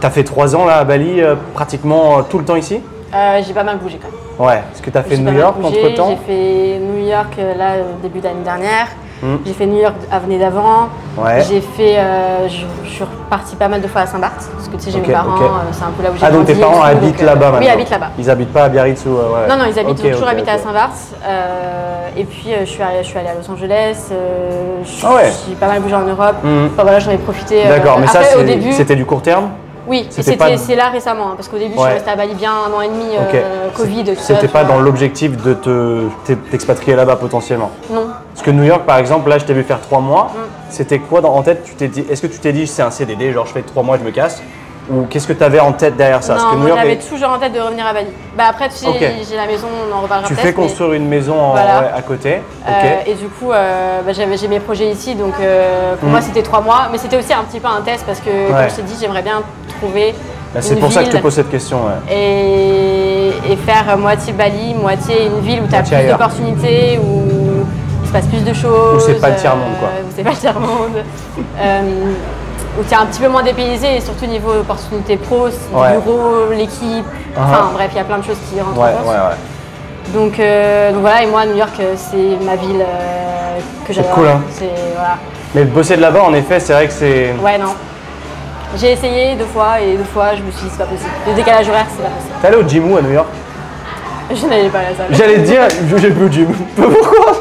T'as fait trois ans là à Bali, euh, pratiquement euh, tout le temps ici Euh, j'ai pas mal bougé quand même. Ouais. Est-ce que t'as fait J'ai New pas mal York bougé. entre temps J'ai fait New York euh, là au début d'année dernière. Mm. J'ai fait New York à venez d'avant. Ouais. J'ai fait, euh, je, je suis repartie pas mal de fois à Saint-Barth parce que tu sais j'ai Ok, mes parents, ok. euh, c'est un peu là où j'ai Ah, donc grandi tes et tout, parents habitent donc, euh, là-bas maintenant Oui, habitent là-bas. Ils habitent pas à Biarritz ou. euh, ouais. Non, non, ils habitent Ok, toujours ok, habité à ok. Saint-Barth. euh, et puis euh, je, suis allée, je suis allée à Los Angeles. euh, je, Ah ouais. je suis pas mal bougé en Europe. Mm. Enfin voilà, j'en ai profité. euh, D'accord, mais ça, après, au c'est- début, c'était du court terme oui, et c'était c'était pas- c'est là récemment hein, parce qu'au début je Ouais. suis restée à Bali bien un an et demi, Ok. euh, Covid. tout ça, C'était tu pas vois. dans l'objectif de te t'e- t'expatrier là-bas potentiellement. Non, Parce que New York, par exemple, là, je t'ai vu faire trois Mm. mois. C'était quoi dans- en tête Tu t'es dit Est-ce que tu t'es dit c'est un CDD, genre je fais trois mois, je me casse Ou qu'est-ce que t'avais en tête derrière ça Parce Non, que moi New York, j'avais est- toujours en tête de revenir à Bali. Bah après, tu sais, Ok. j'ai la maison, on en reparlera tu peut-être. fais mais, construire une maison en- Voilà. ouais, à côté. Ok. euh, et du coup, euh, bah, j'avais- j'ai mes projets ici, donc euh, pour moi c'était trois mois, mais c'était aussi un petit peu un test parce que Mhm. Ouais. comme je t'ai dit, j'aimerais bien trouver Bah, c'est une pour ça que je te ville pose cette question. ouais. et, et faire moitié Bali, moitié une ville où tu as Moitié plus ailleurs. d'opportunités, où il se passe plus de choses. Où c'est pas le tiers-monde, quoi. euh, Où c'est pas le tiers-monde. euh, où tu es un petit peu moins dépaysé et surtout niveau opportunités pro, Ouais. le bureau, l'équipe. Enfin Uh-huh. bref, il y a plein de choses qui rentrent Ouais, en compte. ouais, ouais. Donc, euh, donc voilà, et moi, New York, euh, c'est ma ville euh, que j'adore. cool, hein. C'est voilà. Mais bosser de là-bas, en effet, c'est vrai que c'est. Ouais, non. J'ai essayé deux fois et deux fois, je me suis dit, c'est pas possible. Le décalage horaire, c'est pas possible. T'es allé au Jimu à New York Je n'allais pas à la salle. J'allais te dire, je- j'ai plus au Jimu. Pourquoi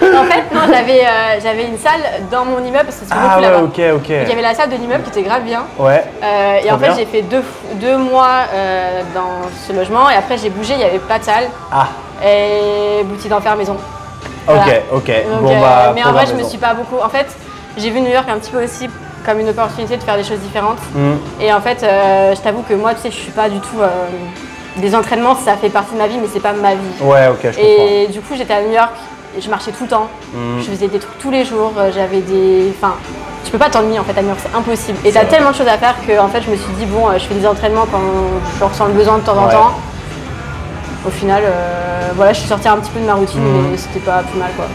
En fait, non, j'avais euh, j'avais une salle dans mon immeuble parce que c'est Ah beaucoup ouais, là-bas. ok, ok. Il y avait la salle de l'immeuble qui était grave bien. Ouais. Euh, et Trop en fait, bien. j'ai fait deux, f- deux mois euh, dans ce logement et après, j'ai bougé, il n'y avait pas de salle. Ah, Et boutique d'enfer maison. ok, Voilà. ok. Donc, bon, euh, bah, mais en vrai, je me programmez-en. suis pas beaucoup. En fait, j'ai vu New York un petit peu aussi comme une opportunité de faire des choses différentes. Hmm. Et en fait, euh, je t'avoue que moi, tu sais, je suis pas du tout. euh, des entraînements, ça fait partie de ma vie, mais c'est pas ma vie. Ouais, ok, je comprends. Et du coup, j'étais à New York, et je marchais tout le temps, Mm. je faisais des trucs tous les jours, euh, j'avais des. Enfin, tu peux pas t'ennuyer en fait à New York, c'est impossible. Et t'as vrai. tellement de choses à faire que en fait, je me suis dit, bon, euh, je fais des entraînements quand je ressens le besoin de temps en Ouais. temps. Au final, euh, voilà, je suis sortie un petit peu de ma routine, Mm. mais c'était pas plus mal quoi.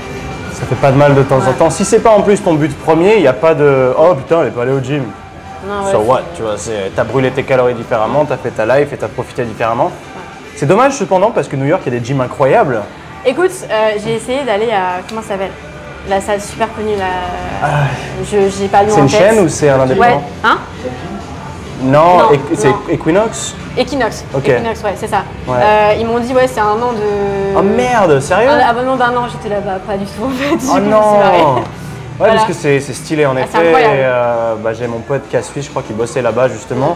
Ça fait pas de mal de temps en Ouais. temps. Si c'est pas en plus ton but premier, il n'y a pas de oh putain, elle est pas allée au gym. Non, so ouais, what c'est- Tu vois, c'est- t'as brûlé tes calories différemment, t'as fait ta life et t'as profité différemment. C'est dommage cependant parce que New York, il y a des gyms incroyables. Écoute, euh, j'ai essayé d'aller à. Comment ça s'appelle La salle super connue, là. Je J'ai pas le nom Ah. C'est en une tête. chaîne ou c'est un Ouais, indépendant hein Non, Non, Equ- c'est non. Equinox Equinox. Ok. Equinox, ouais, c'est ça. Ouais. Euh, ils m'ont dit, ouais, c'est un an de. Oh merde, sérieux Un abonnement ah bah d'un an, j'étais là-bas, pas du tout en fait. Du coup, Oh je me suis non barrée. Ouais, parce que c'est c'est stylé en Ah, c'est effet. incroyable. Et, euh, bah, J'ai mon pote Caspi, je crois, qui bossait là-bas justement.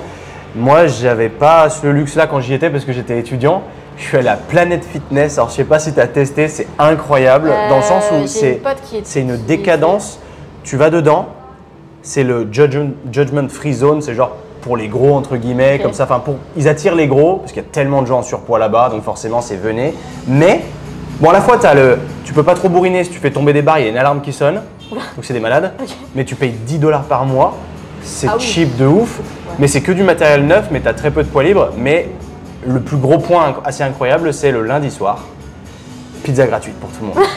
Moi, j'avais pas ce luxe-là quand j'y étais parce que j'étais étudiant. Je suis allé à Planet Fitness. Alors, je sais pas si tu as testé, c'est incroyable dans le sens Euh, où j'ai c'est une pote qui est- c'est une qui- décadence. Tu vas dedans, c'est le judgment, judgment free zone, c'est genre pour les gros entre guillemets, Ok. comme ça. Enfin, pour, ils attirent les gros parce qu'il y a tellement de gens en surpoids là-bas, donc forcément c'est venez. Mais bon, à la fois t'as le, tu peux pas trop bourriner si tu fais tomber des barres, il y a une alarme qui sonne, donc c'est des malades. Mais tu payes 10 dollars par mois, c'est Ah oui. cheap de ouf. Mais c'est que du matériel neuf, mais t'as très peu de poids libre. Mais le plus gros point inc- assez incroyable, c'est le lundi soir. Pizza gratuite pour tout le monde.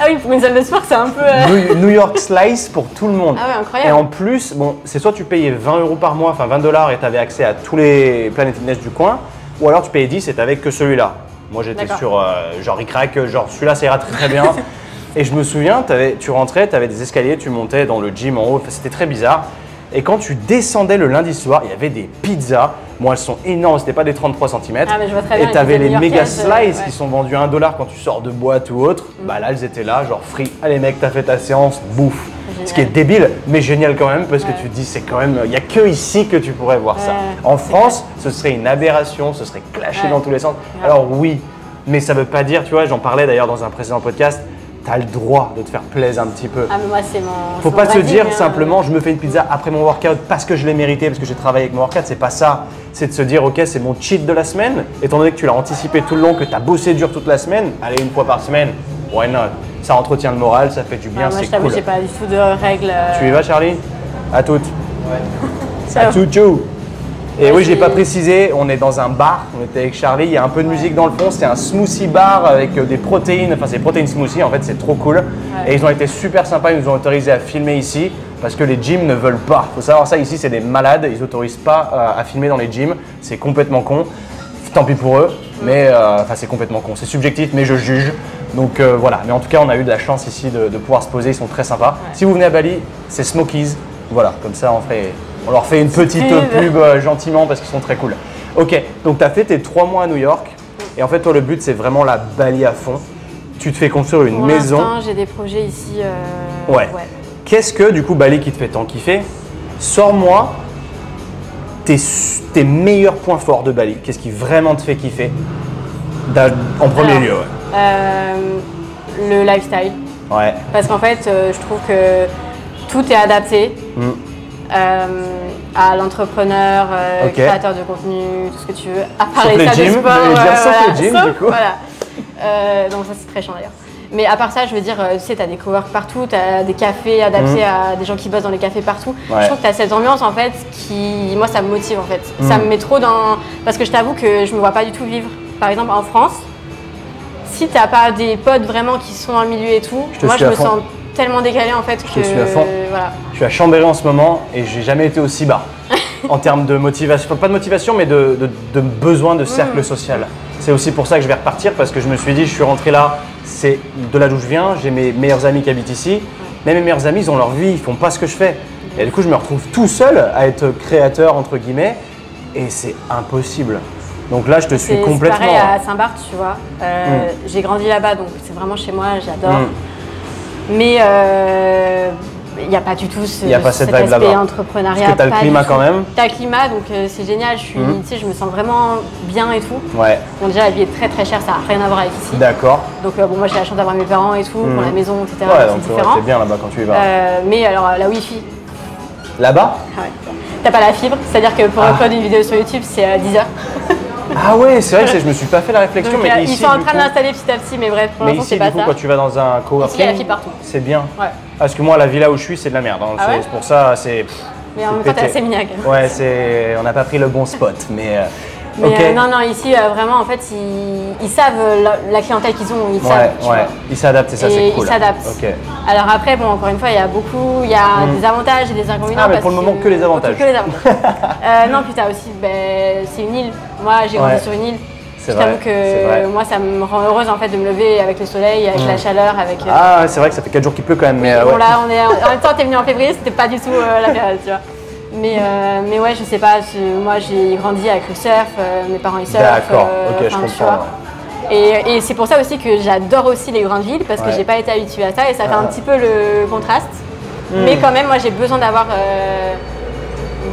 Ah oui, pour une salle de sport, c'est un peu. euh, New, New York Slice pour tout le monde. Ah ouais, incroyable. Et en plus, bon, c'est soit tu payais 20 euros par mois, enfin 20 dollars et tu avais accès à tous les Planet Fitness du coin, ou alors tu payais 10 et t'avais que celui-là. Moi j'étais D'accord. sur euh, genre il craque, genre celui-là ça ira très très bien. et je me souviens, t'avais- tu rentrais, tu avais des escaliers, tu montais dans le gym en haut, Enfin, c'était très bizarre. Et quand tu descendais le lundi soir, il y avait des pizzas. Bon, elles sont énormes, c'était pas des 33 cm. Ah, mais je vois très bien et les tu avais pizzas les méga new-yorkaises, slices euh, qui ouais. sont vendus à 1 dollar quand tu sors de boîte ou autre. Mm. Bah là, elles étaient là, genre free. Allez mec, t'as fait ta séance, bouffe. Ce qui est Génial. débile, mais génial quand même, parce Ouais. que tu te dis, c'est quand même, il n'y a que ici que tu pourrais voir ça. Ouais, En c'est France, ce serait une aberration, ce serait clashé Ouais. dans tous les sens. Grave. Alors oui, mais ça veut pas dire, tu vois, j'en parlais d'ailleurs dans un précédent podcast, t'as le droit de te faire plaisir un petit peu. Ah, mais moi, c'est mon. Faut c'est pas mon se basique, dire hein. simplement je me fais une pizza après mon workout parce que je l'ai mérité, parce que j'ai travaillé avec mon workout, c'est pas ça. C'est de se dire ok c'est mon cheat de la semaine, étant donné que tu l'as anticipé tout le long, que tu as bossé dur toute la semaine, allez une fois par semaine, why not Ça entretient le moral, ça fait du bien, Ah, moi, c'est je t'avoue, cool. j'ai pas du tout de règles. euh, Tu y vas Charlie À toutes. ça À va. toutes you. Et oui, Vas-y. j'ai pas précisé, on est dans un bar, on était avec Charlie, il y a un peu de musique dans le fond, c'est un smoothie bar avec euh, des protéines, enfin c'est protéines smoothie, en fait c'est trop cool. Et ils ont été super sympas, ils nous ont autorisé à filmer ici parce que les gyms ne veulent pas. Faut savoir ça, ici c'est des malades, ils autorisent pas euh, à filmer dans les gyms, c'est complètement con. Tant pis pour eux, mais euh, enfin c'est complètement con, c'est subjectif, mais je juge. Donc euh, voilà, mais en tout cas on a eu de la chance ici de, de pouvoir se poser, ils sont très sympas. Si vous venez à Bali, c'est Smokies, voilà, comme ça on, fait, on leur fait une petite Pub. pub pub, euh, gentiment parce qu'ils sont très cool. Ok, donc tu as fait tes trois mois à New York et en fait, toi, le but c'est vraiment la Bali à fond. Tu te fais construire une Pour maison. l'instant, j'ai des projets ici. euh, Ouais. Qu'est-ce que du coup Bali qui te fait tant kiffer Sors-moi tes, su- tes meilleurs points forts de Bali. Qu'est-ce qui vraiment te fait kiffer D'a- En premier Alors, lieu, ouais. euh, le lifestyle. Ouais. Parce qu'en fait, euh, je trouve que tout est adapté Mm. euh, à l'entrepreneur, euh, Ok. créateur de contenu, tout ce que tu veux. À part Sauf les les salles de gyms, sport. euh, j'allais dire sauf voilà. les gyms, du coup. Voilà. Euh, donc ça, c'est très chiant d'ailleurs. Mais à part ça, je veux dire, euh, tu sais, t'as des cowork partout, t'as des cafés adaptés à des gens qui bossent dans les cafés partout. Mhm. Ouais. Je trouve que t'as cette ambiance en fait qui, moi, ça me motive en fait. Ça Mhm. me met trop dans. Parce que je t'avoue que je me vois pas du tout vivre. Par exemple, en France, si t'as pas des potes vraiment qui sont dans le milieu et tout, Je te moi suis je à me fond. sens tellement décalée en fait te que suis à fond. voilà. Je suis à Chambéry en ce moment et j'ai jamais été aussi bas en termes de motivation, enfin, pas de motivation, mais de, de- de besoin de cercle Mm. social. C'est aussi pour ça que je vais repartir parce que je me suis dit, je suis rentré là, c'est de là d'où je viens, j'ai mes meilleurs amis qui habitent ici, mais mes meilleurs amis, ils ont leur vie, ils font pas ce que je fais. Et du coup, je me retrouve tout seul à être créateur, entre guillemets, et c'est impossible. Donc là, je te suis C'est c'est complètement. pareil à Saint-Barth, tu vois. Euh, J'ai grandi là-bas, donc c'est vraiment chez moi, j'adore. Mm. Mais euh, il n'y a pas du tout ce, Il y a pas cette cet vibe là-bas. aspect entrepreneuriat. Parce que t'as le pas climat du tout. quand même. Mm. T'as le climat, donc euh, c'est génial. Je, suis, tu sais, je me sens vraiment bien et tout. Ouais, Bon, déjà, la vie est très très chère, ça n'a rien à voir avec ici. d'accord. Donc, euh, bon, moi j'ai la chance d'avoir mes parents et tout, pour la maison, etc. Mm. Ouais, donc c'est ouais, différent. t'es bien là-bas quand tu y vas. Euh, mais alors, euh, la Wi-Fi, Là-bas ah ouais. t'as pas la fibre, c'est-à-dire que pour Ah. upload une vidéo sur YouTube, c'est euh, 10 heures. Ah ouais, c'est vrai que c'est- je me suis pas fait la réflexion, Donc, mais euh, ici, ils sont en du train de coup- l'installer petit à petit, mais bref, pour Mais l'instant, ici, c'est du pas coup, ça. quand tu vas dans un coworking, Ici, il y a la fille partout. c'est bien. Ouais. Parce que moi, la villa où je suis, c'est de la merde. hein. Ah C'est- ouais c'est pour ça, c'est. pff, Mais en c'est même temps, t'es pété. assez miniaque. Ouais, c'est. On n'a pas pris le bon spot, mais. euh, Mais ok. euh, non, non, ici, euh, vraiment, en fait, ils, ils savent euh, la, la clientèle qu'ils ont. Ils savent, tu ouais, ouais. vois. Ils s'adaptent et ça, et c'est cool. ils s'adaptent. Ok. Alors après, bon, encore une fois, il y a beaucoup, il y a des avantages et des inconvénients. Mm. Ah, mais parce pour le moment, que les avantages. Que les avantages. Euh, non, puis t'as aussi, ben, c'est une île. Moi, j'ai grandi Ouais. sur une île. C'est Je vrai, t'avoue c'est vrai. Mm. que moi, ça me rend heureuse en fait de me lever avec le soleil, avec la chaleur, avec. euh, Ah, c'est vrai que ça fait 4 jours qu'il pleut quand même, mais. euh, Bon ouais. là, on est en même temps, t'es venu en février, c'était pas du tout euh, la période, tu vois. Mais, euh, mais ouais, je sais pas, je- moi j'ai grandi avec le surf, euh, mes parents ils surfent. euh, D'accord, ok, je enfin, tu comprends, vois. Et, et c'est pour ça aussi que j'adore aussi les grandes villes parce que Ouais. j'ai pas été habituée à ça et ça fait Ah. Hmm. un petit peu le contraste. Mais quand même, moi j'ai besoin d'avoir. euh,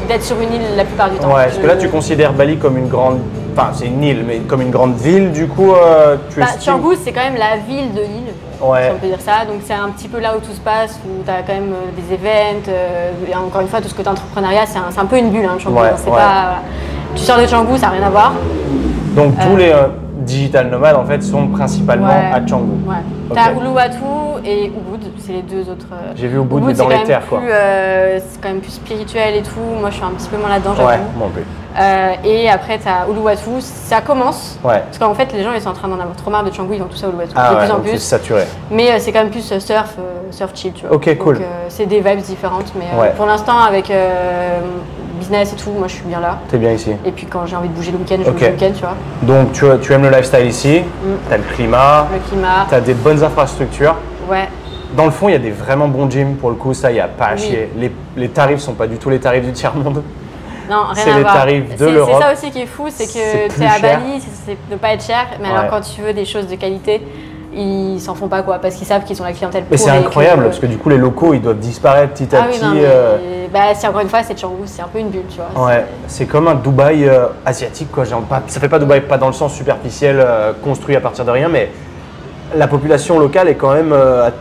d'être sur une île la plupart du temps. Ouais, parce que là, Je- tu considères Bali comme une grande. Enfin, c'est une île, mais comme une grande ville, du coup, euh, tu Bah, estimes- Canggu, c'est quand même la ville de l'île, Ouais. si on peut dire ça. Donc c'est un petit peu là où tout se passe, où tu as quand même euh, des events. euh, et encore une fois, tout ce côté entrepreneuriat, c'est un, c'est un peu une bulle, hein, Canggu. Ouais, hein, c'est ouais. pas, voilà. Tu sors de Canggu, ça n'a rien à voir. Donc, tous les euh, digital nomades, en fait, sont principalement Ouais. à Canggu. Ouais. Ok. T'as Uluwatu et Ubud, c'est les deux autres. euh, J'ai vu Ubud, mais dans c'est les quand même terres, quoi. plus, euh, c'est quand même plus spirituel et tout. Moi, je suis un petit peu moins là-dedans, j'avoue. Ouais, bon, plus. Euh, et après, t'as Uluwatu, ça commence. Ouais. Parce qu'en fait, les gens, ils sont en train d'en avoir trop marre de Canggu, ils vont tous à Uluwatu. Ah de ouais, plus en donc c'est plus. saturé. Mais euh, c'est quand même plus euh, surf, euh, surf chill, tu vois. Ok, cool. Donc, euh, c'est des vibes différentes, mais euh, Ouais. pour l'instant, avec euh, business et tout, moi je suis bien là. T'es bien ici. Et puis quand j'ai envie de bouger le week-end, je Ok. bouge le week-end, tu vois. Donc tu, tu aimes le lifestyle ici, Mm. t'as le climat, Le climat, t'as des bonnes infrastructures. ouais. Dans le fond, il y a des vraiment bons gyms pour le coup, ça, il n'y a pas à Oui. chier. Les, les tarifs sont pas du tout les tarifs du tiers-monde. Non, rien C'est à les voir. tarifs de C'est- l'Europe. C'est ça aussi qui est fou, c'est C'est que plus t'es à cher. Bali, c'est- c'est de pas être cher, mais Ouais. alors quand tu veux des choses de qualité, ils s'en font pas quoi, parce qu'ils savent qu'ils ont la clientèle pour. Mais c'est incroyable, parce que du coup, les locaux, ils doivent disparaître petit à Ah oui, petit. non, mais euh, bah, si encore une fois, c'est Canggu, c'est un peu une bulle, tu vois. Ouais, c'est comme un Dubaï euh, asiatique, quoi. Genre, pas- ça fait pas Dubaï, pas dans le sens superficiel, euh, construit à partir de rien, mais la population locale est quand même. euh, à-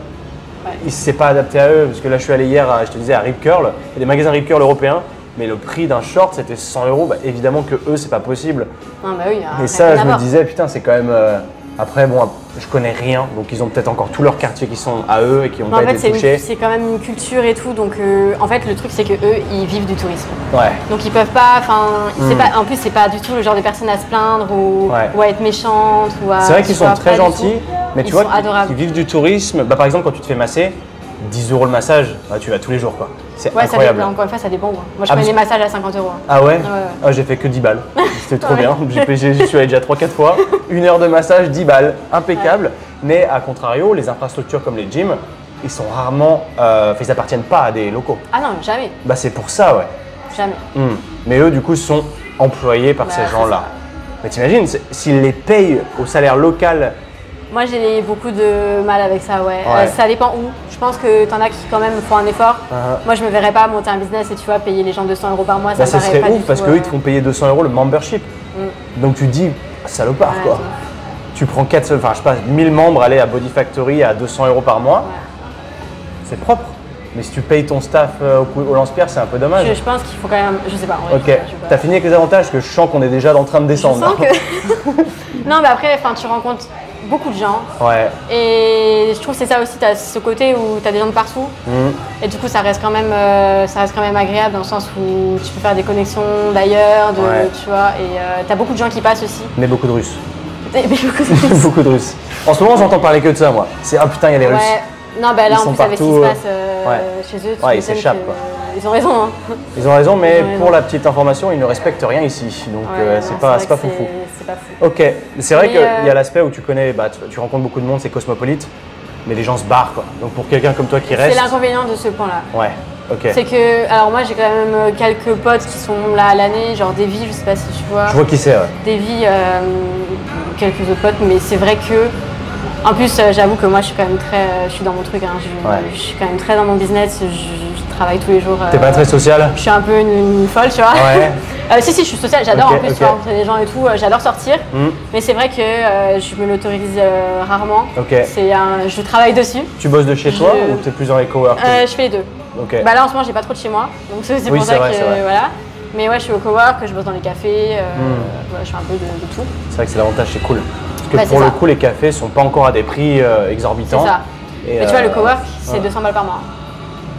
Ouais. Il ne s'est pas adapté à eux. Parce que là, je suis allé hier, à, je te disais, à Rip Curl, il y a des magasins Rip Curl européens, mais le prix d'un short, c'était 100 euros. Bah, évidemment que eux, c'est pas possible. Non, bah oui, il y a rien Et ça, à je me voir. disais, putain, c'est quand même. euh, Après, bon, je connais rien, donc ils ont peut-être encore tout leur quartier qui sont à eux et qui ont Mais pas Bah, en fait, été c'est touchés. une- c'est quand même une culture et tout, donc euh, en fait, le truc, c'est que eux, ils vivent du tourisme. Ouais. Donc ils peuvent pas, enfin, c'est Hmm. pas, en plus c'est pas du tout le genre de personnes à se plaindre ou, Ouais. ou à être méchantes ou à. C'est vrai qu'ils Euh, tu sont vois, très pas du gentils, tout. mais Ils tu vois, sont qu'ils- adorables. qu'ils vivent du tourisme. Bah, par exemple, quand tu te fais masser, 10 euros le massage, bah, tu vas tous les jours, quoi. C'est Ouais, ça incroyable. dépend, encore une fois, ça dépend. hein. Moi, je Ah, prenais parce- des massages à 50 euros. hein. Ah ouais, ouais. Ah, J'ai fait que 10 balles. C'était trop Ouais. bien. J'ai fait- J'y suis allé déjà 3-4 fois. Une heure de massage, 10 balles. Impeccable. Mais à contrario, les infrastructures comme les gyms, ils sont rarement. euh, ils appartiennent pas à des locaux. Ah non, jamais, Bah, c'est pour ça, ouais. jamais. Hmm. Mais eux, du coup, sont employés par Bah, ces c'est gens-là. ça. Mais t'imagines, c'est- s'ils les payent au salaire local, Moi, j'ai beaucoup de mal avec ça, ouais. Euh, Ouais. ça dépend où. Je pense que t'en as qui quand même font un effort. Ah. Moi, je me verrais pas monter un business et tu vois payer les gens 200 euros par mois, bah, ça ça me paraît serait pas ouf du parce tout, qu'eux, euh, ils te font payer 200 euros le membership. Donc tu te dis, salopard Ouais, quoi. c'est ouf. Tu prends 4, enfin, je sais pas, 1000 membres, aller à Body Factory à 200 euros par mois, c'est propre. Mais si tu payes ton staff euh, au, cou- au lance-pierre, c'est un peu dommage. Je, je pense qu'il faut quand même, je sais pas. en vrai, Ok, je sais pas. t'as fini avec les avantages parce que je sens qu'on est déjà en train de Je descendre. sens que. non, mais après, enfin, tu rencontres beaucoup de gens. Ouais, Et je trouve que c'est ça aussi, tu as ce côté où tu as des gens de partout. Mm. Et du coup, ça reste, quand même, euh, ça reste quand même agréable dans le sens où tu peux faire des connexions d'ailleurs, de- Ouais. tu vois. Et tu as beaucoup de gens qui passent aussi. mais beaucoup de Russes. Et beaucoup de- beaucoup de Russes. En ce moment, j'entends parler que de ça, moi. C'est ah putain, il y a les Russes. Ouais. Non, bah Ils là, en sont plus, avec ce qui se partout, euh, passe euh, ouais. chez eux, tu Ouais, ils m'étonnes s'échappent, que- quoi. Ils ont raison. hein. Ils ont raison, mais Ils ont raison. pour la petite information, ils ne respectent rien ici. Donc Ouais, euh, non, c'est pas, vrai c'est pas que foufou. c'est- C'est pas fou. Ok, c'est vrai Mais, qu'il y euh, a l'aspect où tu connais, bah, tu, tu rencontres beaucoup de monde, c'est cosmopolite, mais les gens se barrent quoi. Donc pour quelqu'un comme toi qui C'est reste. l'inconvénient de ce point-là. Ouais, ok. C'est que, alors moi j'ai quand même euh, quelques potes qui sont là à l'année, genre Davy, je sais pas si tu vois. Je vois qui c'est, ouais. Davy, euh, quelques autres potes, mais c'est vrai que. En plus, euh, j'avoue que moi je suis quand même très. euh, Je suis dans mon truc, hein, je, Ouais. je suis quand même très dans mon business, je, je travaille tous les jours. euh, T'es pas très social Je suis un peu une, une folle, tu vois. Ouais. Euh, si, si, je suis sociale, j'adore Ok, en plus, ok. tu vois, rencontrer des gens et tout, euh, j'adore sortir. Hmm. Mais c'est vrai que euh, je me l'autorise euh, rarement. Ok. C'est un, je travaille dessus. Tu bosses de chez toi Je- ou t'es plus dans les coworking Euh, je fais les deux. Ok. Bah là en ce moment j'ai pas trop de chez moi, donc c'est c'est Oui, pour c'est ça vrai, que c'est vrai. voilà. Mais ouais, je suis au cowork, je bosse dans les cafés, euh, voilà, je fais un peu de, de tout. Hmm. C'est vrai que c'est l'avantage, c'est cool. Parce que Bah, c'est pour le ça. coup, les cafés sont pas encore à des prix euh, C'est exorbitants. ça. Et, Mais tu vois, euh, le cowork, c'est ouais. 200 balles par mois.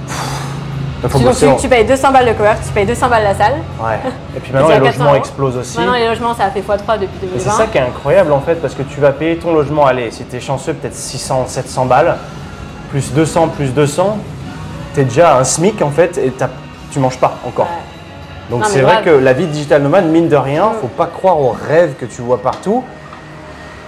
faut Tu- donc bosser tu, en- tu payes 200 balles le cowork, tu payes 200 balles la salle. Ouais. Et puis maintenant, les C'est à 400 logements euros. explosent aussi. Maintenant, les logements, ça a fait x3 depuis Et 2020. c'est ça qui est incroyable en fait, parce que tu vas payer ton logement, allez, si t'es chanceux, peut-être 600, 700 balles, plus 200, plus 200, t'es déjà à un SMIC en fait, et t'as- tu manges pas encore. Ouais. Donc Non, mais c'est vrai grave. Mm. que la vie de digital nomade, mine de rien, faut pas croire aux rêves que tu vois partout.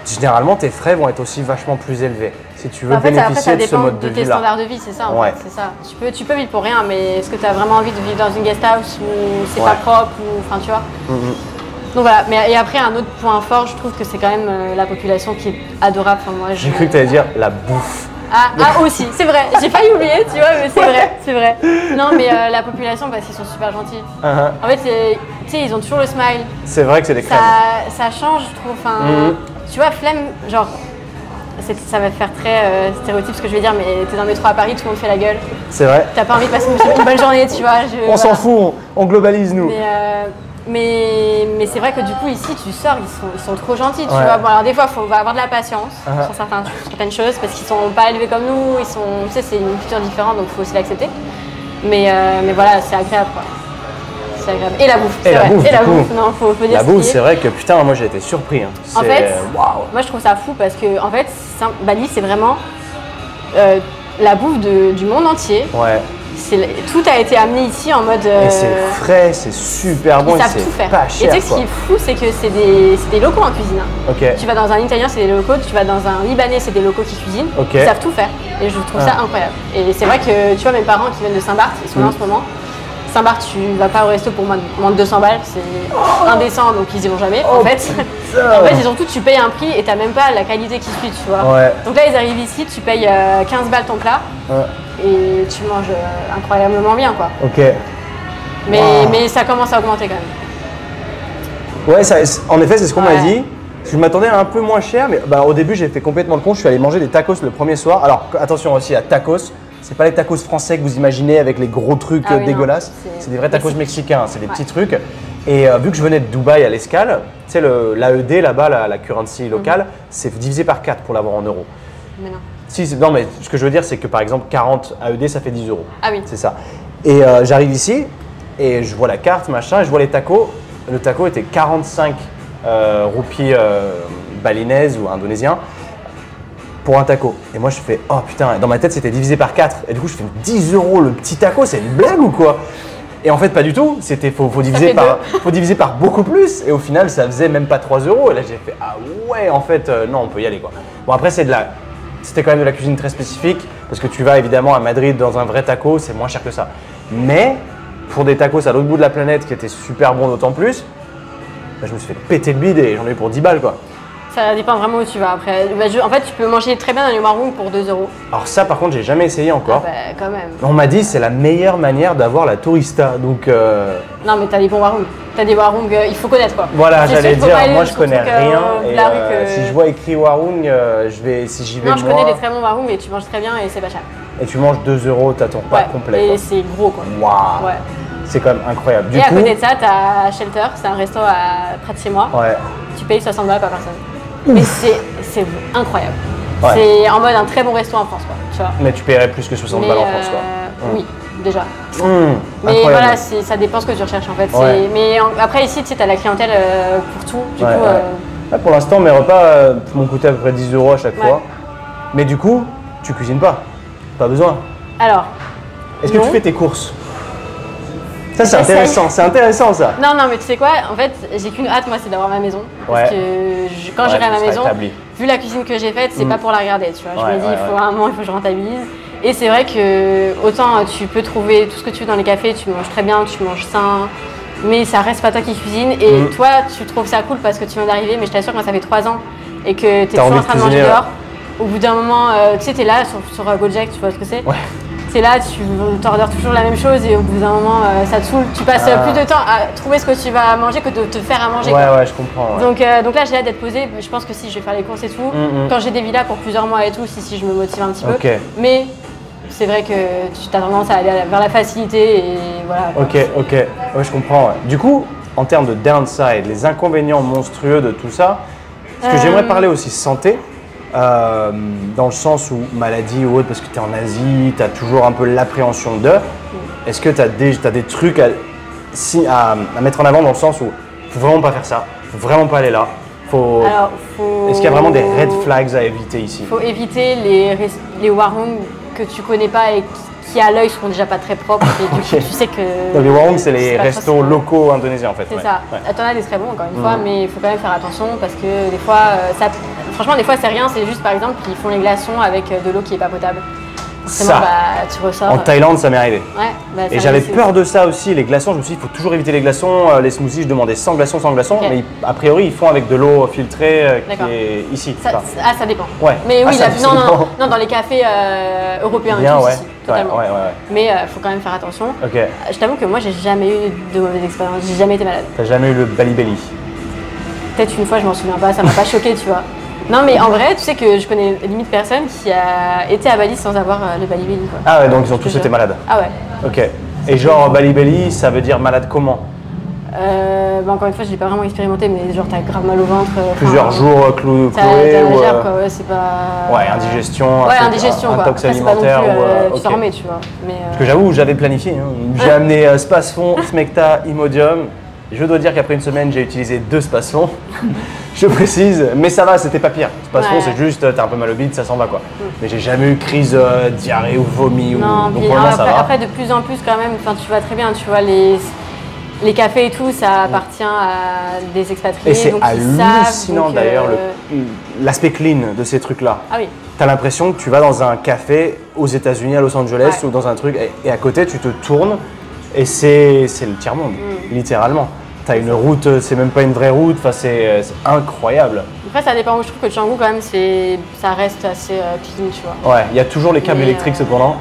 Généralement, tes frais vont être aussi vachement plus élevés si tu veux En fait, ça- après, bénéficier ça de ce dépend mode de, de, tes vie là. standards de vie, c'est ça. en Ouais. fait, c'est ça. Tu peux, tu peux vivre pour rien, mais est-ce que tu as vraiment envie de vivre dans une guest house où c'est Ouais. Mm-hmm. pas propre ou, enfin, tu vois. Donc voilà. Mais et après, un autre point fort, je trouve que c'est quand même euh, la population qui est adorable. Enfin, moi, je- J'ai cru que t'allais dire la bouffe. Ah, ah, aussi, c'est vrai. J'ai failli oublier, tu vois, mais c'est vrai, c'est vrai. Non, mais euh, la population, parce qu'ils sont super gentils. Hein, hein. En fait, c'est- tu sais, ils ont toujours le smile. C'est vrai que c'est des crèmes. Ça, ça change, je trouve. Enfin, Mhm. Tu vois, flemme, genre, c'est- ça va faire très euh, stéréotype ce que je vais dire, mais t'es dans le métro à Paris, tout le monde fait la gueule. C'est vrai. T'as pas envie de passer une, une bonne journée, tu vois. je- On s'en voilà. fout, on, on globalise nous. Mais, euh, mais, mais c'est vrai que du coup, ici, tu sors, ils sont, ils sont trop gentils, tu Ouais. vois. Bon, alors des fois, il faut avoir de la patience Ah. sur certains- sur certaines choses, parce qu'ils sont pas élevés comme nous, ils sont, tu sais, c'est une culture différente, donc il faut aussi l'accepter. Mais, euh, mais voilà, c'est agréable, quoi. C'est agréable. Et la bouffe, c'est la vrai. bouffe, Et du la coup. bouffe, non, faut, faut dire La ce qui bouffe, est. c'est vrai que putain, moi j'ai été surpris. hein. En C'est- fait, waouh. moi je trouve ça fou parce que en fait, Saint- Bali c'est vraiment euh, la bouffe de- du monde entier. Ouais. C'est- Tout a été amené ici en mode. euh, Et c'est frais, c'est super ils bon, et savent tout c'est faire. pas et tu cher. sais ce quoi. qui est fou, c'est que c'est des, c'est des locaux en cuisine. hein. Ok. Tu vas dans un italien, c'est des locaux. Tu vas dans un libanais, c'est des locaux qui cuisinent. Ok. Ils savent tout faire. Et je trouve ça Ah. Mm. incroyable. Et c'est vrai que tu vois, mes parents qui viennent de Saint-Barth, ils sont là en ce moment. Saint-Barth, tu vas pas au resto pour moins de, moins de 200 balles, c'est indécent, donc ils y vont jamais en fait. Oh. putain. en fait, ils ont tout, tu payes un prix et t'as même pas la qualité qui suit, tu vois. Ouais. Donc là, ils arrivent ici, tu payes euh, 15 balles ton plat Ouais. et tu manges euh, incroyablement bien, quoi. Ok. Mais, Wow. mais ça commence à augmenter quand même. Ouais, ça- en effet, c'est ce qu'on m'a Ouais. dit. Je m'attendais à un peu moins cher, mais bah, au début j'ai fait complètement le con. Je suis allé manger des tacos le premier soir. Alors attention aussi à tacos. C'est pas les tacos français que vous imaginez avec les gros trucs Ah oui, euh, non, dégueulasses. c'est- C'est des vrais tacos mexicains, hein, c'est des petits trucs. Et euh, vu que je venais de Dubaï à l'escale, tu sais, le- l'AED là-bas, la, la currency locale, Mhm. c'est divisé par 4 pour l'avoir en euros. Mais non. Si, c'est- non, mais ce que je veux dire, c'est que par exemple, 40 AED, ça fait 10 euros. Ah oui. C'est ça. Et euh, j'arrive ici, et je vois la carte, machin, et je vois les tacos. Le taco était 45 euh, roupies euh, balinaises ou indonésiens pour un taco. Et moi, je fais, oh putain, Et dans ma tête, c'était divisé par 4. Et du coup, je fais 10 euros le petit taco, c'est une blague ou quoi Et en fait, pas du tout. C'était, faut, faut, diviser fait par, faut diviser par beaucoup plus. Et au final, ça faisait même pas 3 euros. Et là, j'ai fait, ah ouais, en fait, euh, non, on peut y aller quoi. Bon, après, c'est de la. C'était quand même de la cuisine très spécifique, parce que tu vas évidemment à Madrid dans un vrai taco, c'est moins cher que ça. Mais pour des tacos à l'autre bout de la planète qui étaient super bons d'autant plus, bah, je me suis fait péter le bide et j'en ai eu pour 10 balles quoi. Ça dépend vraiment où tu vas après. Bah, je- en fait, tu peux manger très bien dans les marrons pour 2 euros. Alors ça par contre j'ai jamais essayé encore. Bah, quand même. On m'a dit c'est la meilleure manière d'avoir la tourista. Donc euh, Non, mais t'as des bons warung. T'as des warung, euh, il faut connaître quoi. voilà, C'est j'allais sûr, faut dire, pas aller moi sur je connais le truc, euh, rien. de et, la rue euh, que- Si je vois écrit Warung, euh, je vais, si j'y vais Non, je moi, connais des très bons warung, mais tu manges très bien et c'est pas cher. et tu manges 2 euros, t'as ton repas Ouais. complet. Et c'est gros quoi. quoi. Waouh, Ouais. c'est quand même incroyable. Du et à coup, côté de ça, t'as Shelter, c'est un resto à... près de chez moi. ouais, Tu payes 60 balles par personne. Mais c'est c'est incroyable. Ouais. C'est en mode un très bon resto en France quoi. Tu vois. mais tu paierais plus que 60 Mais, balles en France quoi. euh, Mm. Oui, déjà. Hum, Mais incroyable. voilà, c'est- ça dépend ce que tu recherches en fait. C'est- Ouais. Mais en- après ici, tu sais, t'as la clientèle euh, pour tout. Du Ouais, coup, ouais. euh, Là, pour l'instant mes repas euh, m'ont coûté à peu près 10 euros à chaque Ouais. fois. Mais du coup, tu cuisines pas. Pas besoin. alors. Est-ce que Non. tu fais tes courses Ça, c'est J'essaye. intéressant, c'est intéressant ça. Non, non, mais tu sais quoi En fait, j'ai qu'une hâte, moi, c'est d'avoir ma maison. Parce que je- quand Ouais, j'irai à ma ça sera maison, établi. vu la cuisine que j'ai faite, c'est pas pour la regarder, tu vois. Mm. Ouais, je me dis, ouais, il faut ouais. vraiment, il faut que je rentabilise. Et c'est vrai que autant euh, tu peux trouver tout ce que tu veux dans les cafés, tu manges très bien, tu manges sain, mais ça reste pas toi qui cuisine. Et Mm. toi, tu trouves ça cool parce que tu viens d'arriver, mais je t'assure, que moi, ça fait trois ans et que t'es T'as toujours envie en de train de manger cuisiner, ouais. dehors. Au bout d'un moment, euh, tu sais, t'es là sur, sur euh, Gojek, tu vois ce que c'est Ouais. T'es là, tu t'ordres toujours la même chose et au bout d'un moment, euh, ça te saoule. Tu passes euh, Ah. plus de temps à trouver ce que tu vas manger que de te faire à manger. Ouais, quoi. ouais, je comprends. ouais. Donc, euh, donc là, j'ai hâte d'être posée. Je pense que si je vais faire les courses et tout, Mm, mm. quand j'ai des villas pour plusieurs mois et tout, si, si je me motive un petit Ok. peu. Mais c'est vrai que tu as tendance à aller à la- vers la facilité et voilà. quoi. Ok, ok, ouais, je comprends. ouais. Du coup, en termes de downside, les inconvénients monstrueux de tout ça, parce que Euh, j'aimerais parler aussi santé, euh, dans le sens où maladie ou autre, parce que tu es en Asie, tu as toujours un peu l'appréhension de. Est-ce que tu as des, t'as des trucs à, si- à- à mettre en avant dans le sens où faut vraiment pas faire ça, faut vraiment pas aller là, faut. Alors, faut. Est-ce qu'il y a vraiment des red flags à éviter ici faut éviter les, res- les warung que tu connais pas et qui, qui à l'œil seront déjà pas très propres. Et du coup, Ok. tu sais que. Dans les warung, c'est les pas trop restos ça. locaux Mm. indonésiens en fait. C'est ouais. ça. Ouais. Attends, là, des très bons encore une fois, mais il faut quand même faire attention parce que des fois, euh, ça... franchement, des fois, c'est rien. C'est juste, par exemple, qu'ils font les glaçons avec euh, de l'eau qui est pas potable. Forcément, Ça. bah, tu ressors. En Thaïlande, ça m'est arrivé. Ouais, bah, ça, Et j'avais c'est- peur de ça aussi, les glaçons. Je me suis dit, il faut toujours éviter les glaçons. Euh, Les smoothies, je demandais sans glaçons, sans glaçons. Ok. Mais ils- a priori, ils font avec de l'eau filtrée euh, D'accord. qui est ici. Ça, Enfin, c'est- ah, ça dépend. Ouais. Mais Ah, oui, ça, la- non, non, absolument. non, non, dans les cafés euh, européens, bien, et tout, ouais. si, si, ouais, totalement. ouais, ouais, Mais il faut quand même faire attention. Euh, ouais. Ok. Je t'avoue que moi, j'ai jamais eu de mauvaise expérience. J'ai jamais été malade. T'as jamais eu le balibelli Peut-être une fois, je m'en souviens pas, ça m'a pas choqué, tu vois. Non, mais en vrai, tu sais que je connais limite personne qui a été à Bali sans avoir euh, le Bali Bali, quoi. Ah ouais, donc ils ont Je tous te été jure. malades. Ah ouais. Ok. Et genre, balibelli, ça veut dire malade comment Euh, bah, encore une fois, je l'ai pas vraiment expérimenté, mais genre, t'as grave mal au ventre. euh, enfin, Plusieurs jours euh, clou, T'as cloué t'as la ou. gerbe, euh, quoi, ouais, c'est pas. Ouais, indigestion, un Ouais, truc- indigestion, un quoi. tox Après, c'est pas non plus, alimentaire ou, euh, euh, tu ok. t'en remets, tu vois. Mais, euh, Parce que j'avoue, j'avais planifié. hein. J'ai amené euh, Spasfon, Smecta, Imodium. Je dois dire qu'après une semaine, j'ai utilisé deux Spasfon. je précise, mais ça va, c'était pas pire. Spasfon, Ouais. Mm. c'est juste, euh, t'as un peu mal au bide, ça s'en va quoi. Mais j'ai jamais eu crise euh, diarrhée ou vomi. Ou... Non, Donc puis pour le non, moment, ça après, va. après, de plus en plus quand même, enfin, tu vois très bien, tu vois, les, les cafés et tout, ça appartient à des expatriés. Et c'est donc ils savent, hallucinant donc, d'ailleurs le- euh, l'aspect clean de ces trucs-là. Ah oui, T'as l'impression que tu vas dans un café aux États-Unis, à Los Angeles ou Ouais. dans un truc, et, et à côté tu te tournes et c'est c'est le tiers-monde, Mm. littéralement. T'as une route, euh, c'est même pas une vraie route, enfin c'est euh, c'est incroyable. après ça dépend où je trouve que Django quand même, c'est, ça reste assez euh, clean, tu vois. Ouais, il y a toujours les câbles Mais, électriques euh, cependant.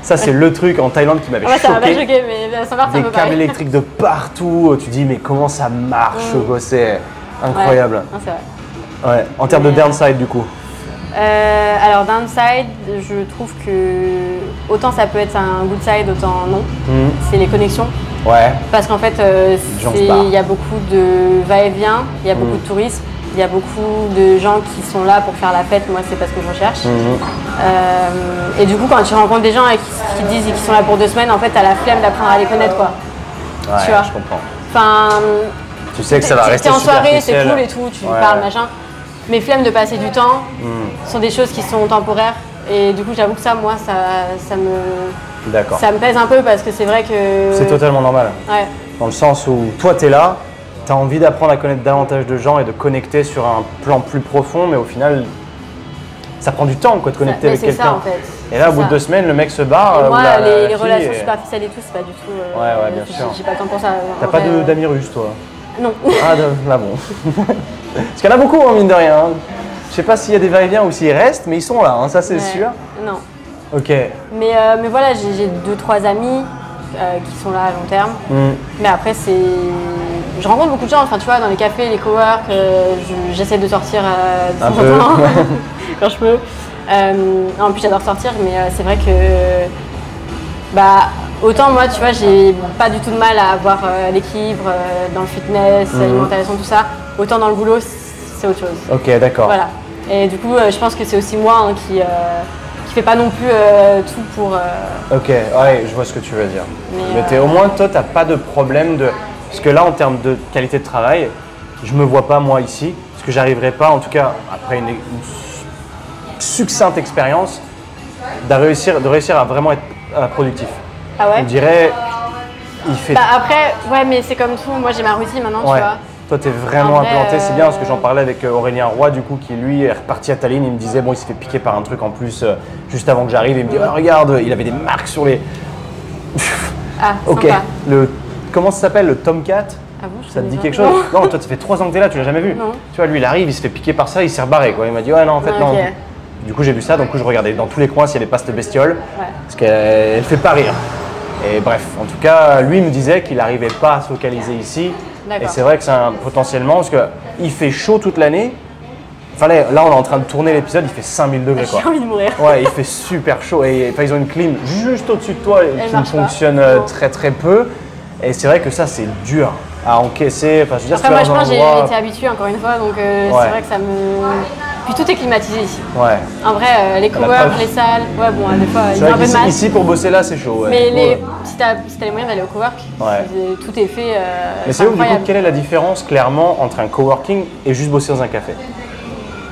ça c'est le truc en Thaïlande qui m'avait Ah ouais, ça m'a pas choqué. choqué, mais euh, sans part, ça Des me câbles paraît. électriques euh, Mm. de partout, tu dis mais comment ça marche, quoi, c'est incroyable. Ouais, non, c'est vrai. Ouais. En termes de Mais, downside, du coup. Euh, alors, downside, je trouve que autant ça peut être un good side, autant non. Mhm. C'est les connexions. Ouais. Parce qu'en fait, euh, gens c'est- se barrent. il y a beaucoup de va-et-vient, il y a beaucoup Mm. de tourisme, il y a beaucoup de gens qui sont là pour faire la fête. Moi, c'est pas ce que je recherche. Mhm. Euh, et du coup, quand tu rencontres des gens et qui, qui te disent qu'ils sont là pour deux semaines, en fait, t'as la flemme d'apprendre à les connaître, quoi. Ouais, Tu vois. Je comprends. Enfin, Tu sais que ça va t'es- rester t'es en soirée, c'est superficiel. cool et tout, tu Ouais. Mm. parles, machin. Mais flemme de passer du temps sont des choses qui sont temporaires. Et du coup, j'avoue que ça, moi, ça, ça me, D'accord. ça me pèse un peu parce que c'est vrai que. C'est totalement normal. Ouais. Dans le sens où toi, tu es là, tu as envie d'apprendre à connaître davantage de gens et de connecter sur un plan plus profond, mais au final, ça prend du temps quoi, de connecter Mais avec c'est ça, quelqu'un. en fait. Et là, au C'est bout de ça. deux semaines, le mec se barre. Et euh, ou moi, la- la- les, la les fille, relations et- superficielles et tout, c'est pas du tout. euh, Ouais, ouais, bien j'ai- sûr. J'ai pas le temps pour ça. en T'as pas vrai, de- euh, d'amis russes, toi Non. Ah, de- là bon. Parce qu'il y en a beaucoup, hein, mine de rien. hein. Je sais pas s'il y a des va-et-vient ou s'ils restent, mais ils sont là, hein, ça c'est Ouais. sûr. Non. Ok. Mais, euh, mais voilà, j'ai j'ai deux, trois amis euh, qui sont là à long terme. Hmm. Mais après, c'est. Je rencontre beaucoup de gens, enfin, tu vois, dans les cafés, les coworks, euh, je- j'essaie de sortir euh, de Un temps en peu. temps, quand je peux. Euh, en plus, j'adore sortir, mais euh, c'est vrai que. Bah, autant moi, tu vois, j'ai pas du tout de mal à avoir euh, l'équilibre euh, dans le fitness, l'alimentation, tout ça. Autant dans le boulot, c'est autre chose. Ok, Mhm. d'accord. Voilà. Et du coup, euh, je pense que c'est aussi moi hein, qui. euh, qui fait pas non plus euh, tout pour. euh, Ok, ouais, je vois ce que tu veux dire. Mais, Mais, t'es- euh, au moins, toi, t'as pas de problème de. Parce que là, en termes de qualité de travail, je me vois pas, moi, ici. Parce que j'arriverai pas, en tout cas, après une, une su- succincte expérience, de réussir, de réussir à vraiment être euh, productif. Ah ouais On dirait. Il fait. Bah après, ouais, mais c'est comme tout. Moi, j'ai ma routine maintenant, Ouais. tu vois. Toi, t'es vraiment En vrai, implanté. C'est bien parce que euh, j'en parlais avec euh, Aurélien Roy, du coup, qui lui est reparti à Tallinn. Il me disait, bon, il s'est fait piquer par un truc en plus euh, juste avant que j'arrive. Il me dit, Ah, regarde, il avait des marques sur les. Ah, Ok. sympa. Le, comment ça s'appelle Le Tomcat Ah bon, je Ça te connais dit pas. quelque chose Non, toi, tu fais trois ans que t'es là, tu l'as jamais vu. Non. Tu vois, lui, il arrive, il se fait piquer par ça, il s'est rebarré. Quoi. Il m'a dit, ouais, non, en fait, Ah, non. ok. Du coup, j'ai vu ça, donc je regardais dans tous les coins s'il n'y avait pas cette bestiole. Ouais. Parce qu'elle fait pas rire. Et bref, en tout cas, lui il me disait qu'il n'arrivait pas à se focaliser ici. D'accord. Et c'est vrai que c'est un potentiellement, parce qu'il fait chaud toute l'année. Enfin, là, là, on est en train de tourner l'épisode, il fait 5000 degrés. quoi. J'ai envie de mourir. Ouais, il fait super chaud et enfin, ils ont une clim juste au-dessus de toi et qui ne marche pas. fonctionne euh, Non. très très peu. Et c'est vrai que ça c'est dur à encaisser. Enfin, je veux dire, Après, c'est moi, pas je dans un pense que j'ai endroit- été habituée encore une fois, donc euh, Ouais. c'est vrai que ça me. Puis tout est climatisé ici. Ouais. En vrai, euh, les coworks, preuve. les salles, ouais, bon, des fois, il C'est y a vrai un peu de qu'ici mal. ici, pour bosser là c'est chaud. ouais. mais les... Ouais. si t'as si t'as les moyens d'aller au cowork, Ouais. c'est- tout est fait. euh, Mais c'est ouf, du coup, incroyable. quelle est la différence clairement entre un coworking et juste bosser dans un café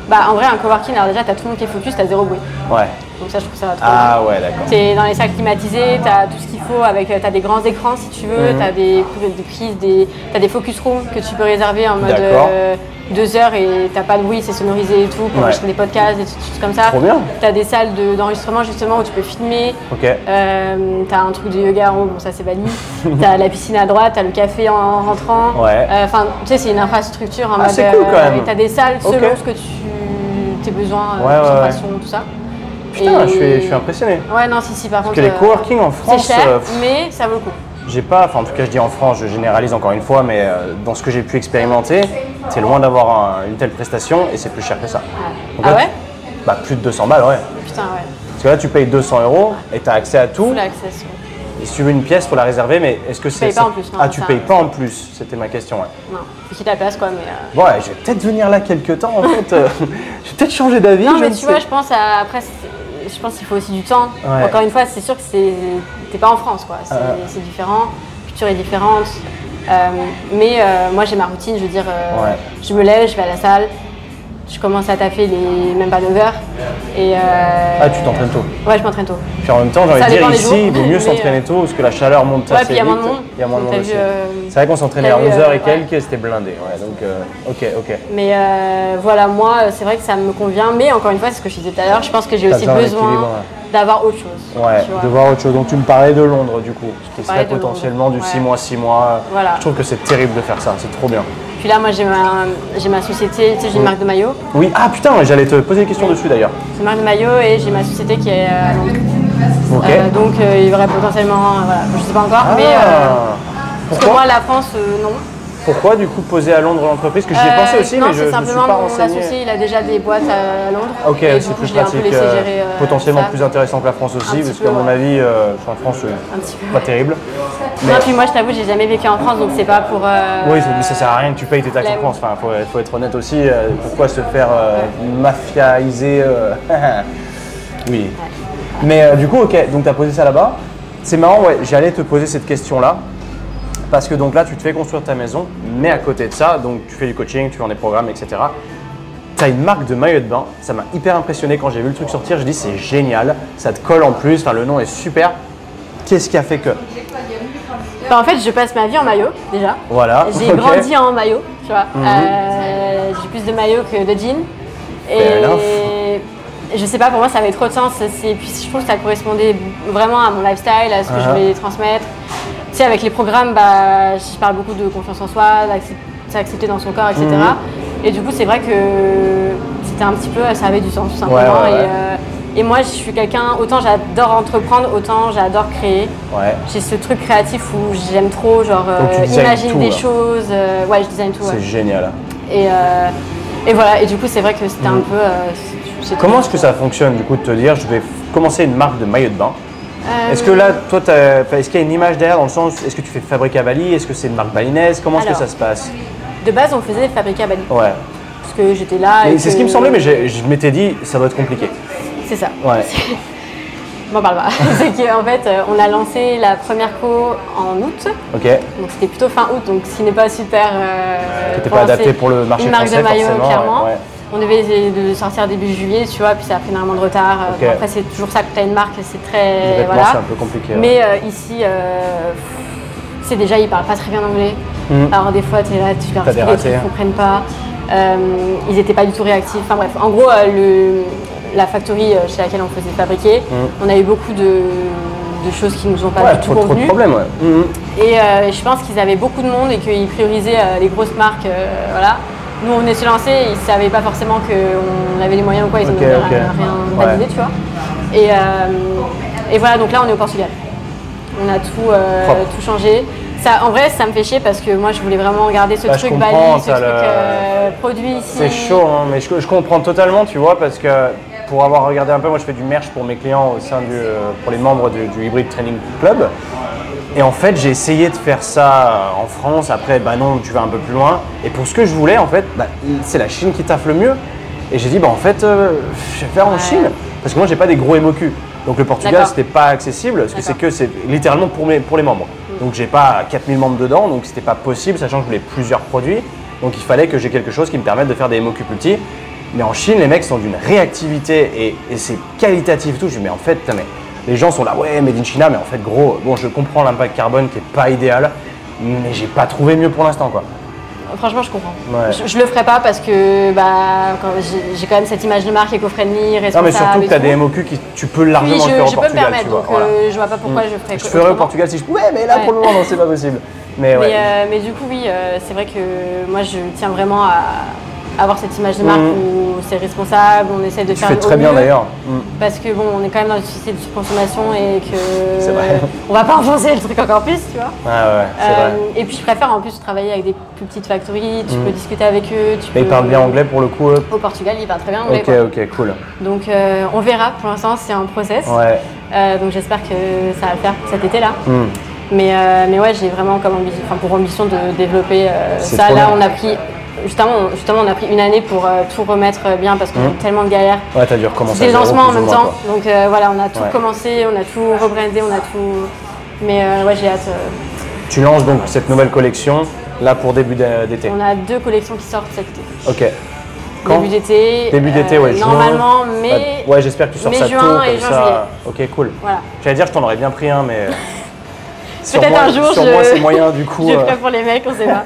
Bah, en vrai, un coworking, alors déjà, t'as tout le monde qui est focus, t'as zéro bruit. Ouais. Donc, ça, je trouve ça trop bien. Ah ouais, d'accord. T'es dans les salles climatisées, t'as tout ce qu'il faut, avec t'as des grands écrans si tu Mhm. veux, t'as des, des prises, des, t'as des focus rooms que tu peux réserver en mode D'accord. euh, deux heures et t'as pas de bruit, c'est sonorisé et tout, pour Ouais. enregistrer des podcasts, des choses comme ça. Trop bien. T'as des salles de- d'enregistrement justement où tu peux filmer. Ok. Euh, t'as un truc de yoga en haut, bon ça c'est banni. t'as la piscine à droite, t'as le café en rentrant. Ouais. Euh, Enfin, tu sais, c'est une infrastructure en Ah, mode. c'est cool, quand même. et T'as des salles selon Ok. ce que tu tes besoins, euh, Ouais, ouais, ouais. concentration, tout ça. Putain, Et- je suis, je suis impressionné. Ouais, non, si, si, par Parce contre. que les euh, coworking en C'est France, cher, euh, pff, mais ça vaut le coup. J'ai pas, enfin en tout cas je dis en France, je généralise encore une fois, mais euh, dans ce que j'ai pu expérimenter, c'est loin d'avoir un- une telle prestation et c'est plus cher que ça. Donc Ah là, ouais Bah plus de 200 balles, ouais. Putain, ouais. Parce que là tu payes 200 euros et t'as accès à tout. Full access. ouais. Et si tu veux une pièce, faut la réserver, mais est-ce que c'est. payes pas ça- en plus, non, Ah, tu ça- euh, payes pas en plus, c'était ma question, ouais. Non, faut quitter la place quoi, mais. euh, Bon, ouais, je vais peut-être venir là quelques temps en fait. euh, je vais peut-être changer d'avis. Non, je mais ne tu sais. vois, je pense à. Après, c'est- je pense qu'il faut aussi du temps. Ouais. Euh. Encore une fois, c'est sûr que c'est. T'es pas en France quoi, c'est Ouais. c'est différent, la culture est différente. Euh, mais euh, moi j'ai ma routine, je veux dire, euh, Ouais. je me lève, je vais à la salle, je commence à taffer les même pas 9 heures. Et, euh, Ah, tu t'entraînes tôt. Ouais, je m'entraîne tôt. Puis en même temps, j'ai envie de dépend dire des jours, ici, il vaut mieux mais, euh, s'entraîner tôt parce que la chaleur monte Ouais, assez puis il y a moins de vite. monde. Il y a moins de Donc, monde t'as aussi. vu, euh, C'est vrai qu'on s'entraînait t'as à vu, 11h euh, et ouais. quelques et c'était blindé. Ouais, donc, euh, ok, ok. Mais euh, voilà, moi, euh, c'est vrai que ça me convient. Mais encore une fois, c'est ce que je disais tout à l'heure, je pense que j'ai T'as aussi besoin besoin d'équilibre, d'avoir autre chose. Ouais, tu vois. de voir autre chose. Donc tu me parlais de Londres du coup, ce qui parlais serait de Londres. potentiellement du 6 Ouais. mois, 6 mois. Voilà. Je trouve que c'est terrible de faire ça, c'est trop bien. Puis là, moi, j'ai ma, j'ai ma société, tu sais, j'ai Mm. une marque de maillot. Oui, ah putain, j'allais te poser une question dessus d'ailleurs. J'ai une marque de maillot et j'ai ma société qui est euh, à Londres. Ok. Euh, donc, euh, il y aurait potentiellement, euh, voilà, je sais pas encore, Ah. mais euh, parce que Pourquoi moi, la France, euh, non. Pourquoi du coup poser à Londres l'entreprise Que j'y ai Euh, pensé aussi, non, mais je c'est ne me suis simplement pas mon renseigné. associé, il a déjà des boîtes à Londres. Ok, et du c'est coup, plus je l'ai un peu pratique, laissé euh, gérer, euh, potentiellement ça. plus intéressant que la France aussi, petit parce peu, qu'à mon ouais. avis, euh, en France, c'est Un petit peu. pas terrible. Non, puis moi, je t'avoue, j'ai jamais vécu en France, donc c'est pas pour. euh, Oui, ça- mais ça sert à rien que tu payes tes taxes en flemme. France. Enfin, faut, faut être honnête aussi. euh, pourquoi se faire euh, mafiaiser euh, Oui. Mais euh, du coup, ok, donc tu as posé ça là-bas. C'est marrant, ouais, j'allais te poser cette question-là. Parce que donc là, tu te fais construire ta maison, mais à côté de ça, donc tu fais du coaching, tu vends des programmes, etc. Tu as une marque de maillot de bain, ça m'a hyper impressionné quand j'ai vu le truc sortir, je dis c'est génial, ça te colle en plus, enfin le nom est super. Qu'est-ce qui a fait que Bah, en fait, je passe ma vie en maillot, déjà. Voilà. J'ai ok. Mhm. grandi en maillot, tu vois. Euh, j'ai plus de maillots que de jeans. Fair Et je sais pas, pour moi, ça avait trop de sens. C'est- Puis je trouve que ça correspondait vraiment à mon lifestyle, à ce que Ah. je voulais transmettre. Tu sais, avec les programmes, bah, je parle beaucoup de confiance en soi, d'accep- s'accepter dans son corps, etc. Mhm. Et du coup, c'est vrai que c'était un petit peu, ça avait du sens, tout simplement. ouais, ouais. Et, euh, et moi, je suis quelqu'un, autant j'adore entreprendre, autant j'adore créer. Ouais. J'ai ce truc créatif où j'aime trop, genre, Donc, tu euh, designes imagine tout, des là. choses. euh, ouais, je design tout. ouais. C'est génial. Et, euh, et voilà, et du coup, c'est vrai que c'était un peu. euh, c'est- Mm. Comment est-ce que ça fonctionne du coup de te dire je vais f- commencer une marque de maillot de bain Euh, Est-ce que là, toi, t'as- enfin, est-ce qu'il y a une image derrière dans le sens est-ce que tu fais fabriquer à Bali Est-ce que c'est une marque balinaise Comment est-ce que Alors. ça se passe De base, on faisait fabriquer à Bali. Ouais. Parce que j'étais là. Et et c'est que- ce qui me semblait, mais j'ai- je m'étais dit ça doit être compliqué. C'est ça. Ouais. Bon, parle pas. c'est qu'en fait, euh, on a lancé la première co en août. Ok. Donc c'était plutôt fin août, donc ce qui n'est pas super. Euh, C'était pas lancer adapté pour le marché Une marque français, de maillot, forcément, clairement. ouais, ouais. On devait essayer de sortir début juillet, tu vois, puis ça a pris énormément de retard. Euh, Ok. bon, Après, c'est toujours ça que tu as une marque, c'est Les très. vêtements, Voilà. c'est un peu compliqué. ouais. Mais euh, ici, euh, pff, c'est déjà, ils parlent pas très bien anglais. Mm. Alors des fois, tu es là, tu leur T'as des expliques des trucs ratés. hein. qu'ils comprennent pas. Euh, ils n'étaient pas du tout réactifs. Enfin bref, en gros, euh, le- la factory euh, chez laquelle on faisait fabriquer, on a eu beaucoup de, de choses qui nous ont pas Mm. Ouais, du trop, tout trop de convenu. problèmes, ouais. Mhm. Et euh, je pense qu'ils avaient beaucoup de monde et qu'ils priorisaient euh, les grosses marques. euh, voilà. Nous, on venait de se lancer, ils ne savaient pas forcément qu'on avait les moyens ou quoi, ils n'ont Ok, rien, ok. rien Ouais. validé, tu vois. Et, euh, et voilà, donc là, on est au Portugal. On a tout, euh, Propre. tout changé. Ça, en vrai, ça me fait chier parce que moi, je voulais vraiment garder ce Bah, je truc comprends, Bali, ce ça, truc le- euh, produit ici. C'est chaud, hein, mais je, je comprends totalement, tu vois, parce que pour avoir regardé un peu, moi je fais du merch pour mes clients au sein du, euh, pour les membres du, du Hybrid Training Club. Et en fait, j'ai essayé de faire ça en France. Après, bah non, tu vas un peu plus loin. Et pour ce que je voulais, en fait, bah, c'est la Chine qui taffe le mieux. Et j'ai dit, bah en fait, euh, je vais faire en Chine. Parce que moi, j'ai pas des gros MOQ. Donc le Portugal, D'accord. c'était pas accessible parce que c'est D'accord. que Hmm. c'est littéralement pour, mes, pour les membres. Donc j'ai pas 4000 membres dedans, donc c'était pas possible, sachant que je voulais plusieurs produits. Donc il fallait que j'ai quelque chose qui me permette de faire des MOQ plus petits. Mais en Chine, les mecs sont d'une réactivité et, et c'est qualitatif et tout. Je dis, mais en fait, putain, mais les gens sont là, ouais, made in China, mais en fait, gros, bon, je comprends l'impact carbone qui est pas idéal, mais j'ai pas trouvé mieux pour l'instant, quoi. Franchement, je comprends. Ouais. Je, je le ferai pas parce que bah, quand- j'ai- j'ai quand même cette image de marque éco-friendly, Non, responsable. mais surtout que et tu as tout. des MOQ qui tu peux Oui, largement je, le faire au je peux me Portugal, permettre, tu vois. donc voilà. euh, je vois pas pourquoi je ferais Je ferais au autrement. Portugal si je pouvais, mais là Ouais. pour le moment, non, c'est pas possible. Mais, Mais, ouais. euh, mais du coup, oui, euh, c'est vrai que moi, je tiens vraiment à avoir cette image de marque où c'est responsable, on essaie de Mhm. tu faire fais au très bien mieux, d'ailleurs. Mm. Parce que bon, on est quand même dans une société de surconsommation et que C'est vrai. on va pas enfoncer le truc encore plus, tu vois. Ah, Ouais, ouais, c'est Euh, vrai. et puis je préfère en plus travailler avec des plus petites factories, tu peux discuter avec eux. Tu Mais ils peux- parlent bien anglais pour le coup, eux. Au Portugal, ils parlent très bien anglais. Ok, quoi. ok, cool. Donc euh, on verra, pour l'instant c'est un process. Ouais. Euh, donc j'espère que ça va le faire pour cet été-là. Hmm. Mais, euh, mais ouais, j'ai vraiment comme ambition, enfin, pour ambition de développer euh, C'est ça. trop Là, bien. on a pris, justement, on- justement, on a pris une année pour euh, tout remettre euh, bien parce qu'on a eu tellement de galères. Ouais, t'as dû recommencer. à Des Mmh. zéro, lancements en plus ou même moins, temps. quoi. Donc euh, voilà, on a tout Ouais. commencé, on a tout rebrandé, on a tout. Mais euh, ouais, j'ai hâte. euh, Tu lances donc cette nouvelle collection là pour début d'a- d'été. on a deux collections qui sortent cet été. Ok. Quand Début d'été. Début euh, d'été, ouais. juin. Normalement, Ouais, mais. Ouais, j'espère que tu sors mai, ça tôt, juin comme et juin, ça. Ok, cool. Voilà. J'allais dire, je t'en aurais bien pris un, mais. euh, sur Peut-être moi- un jour, Sur je. moi, c'est moyen du coup. je euh. ferai pour les mecs, on sait pas.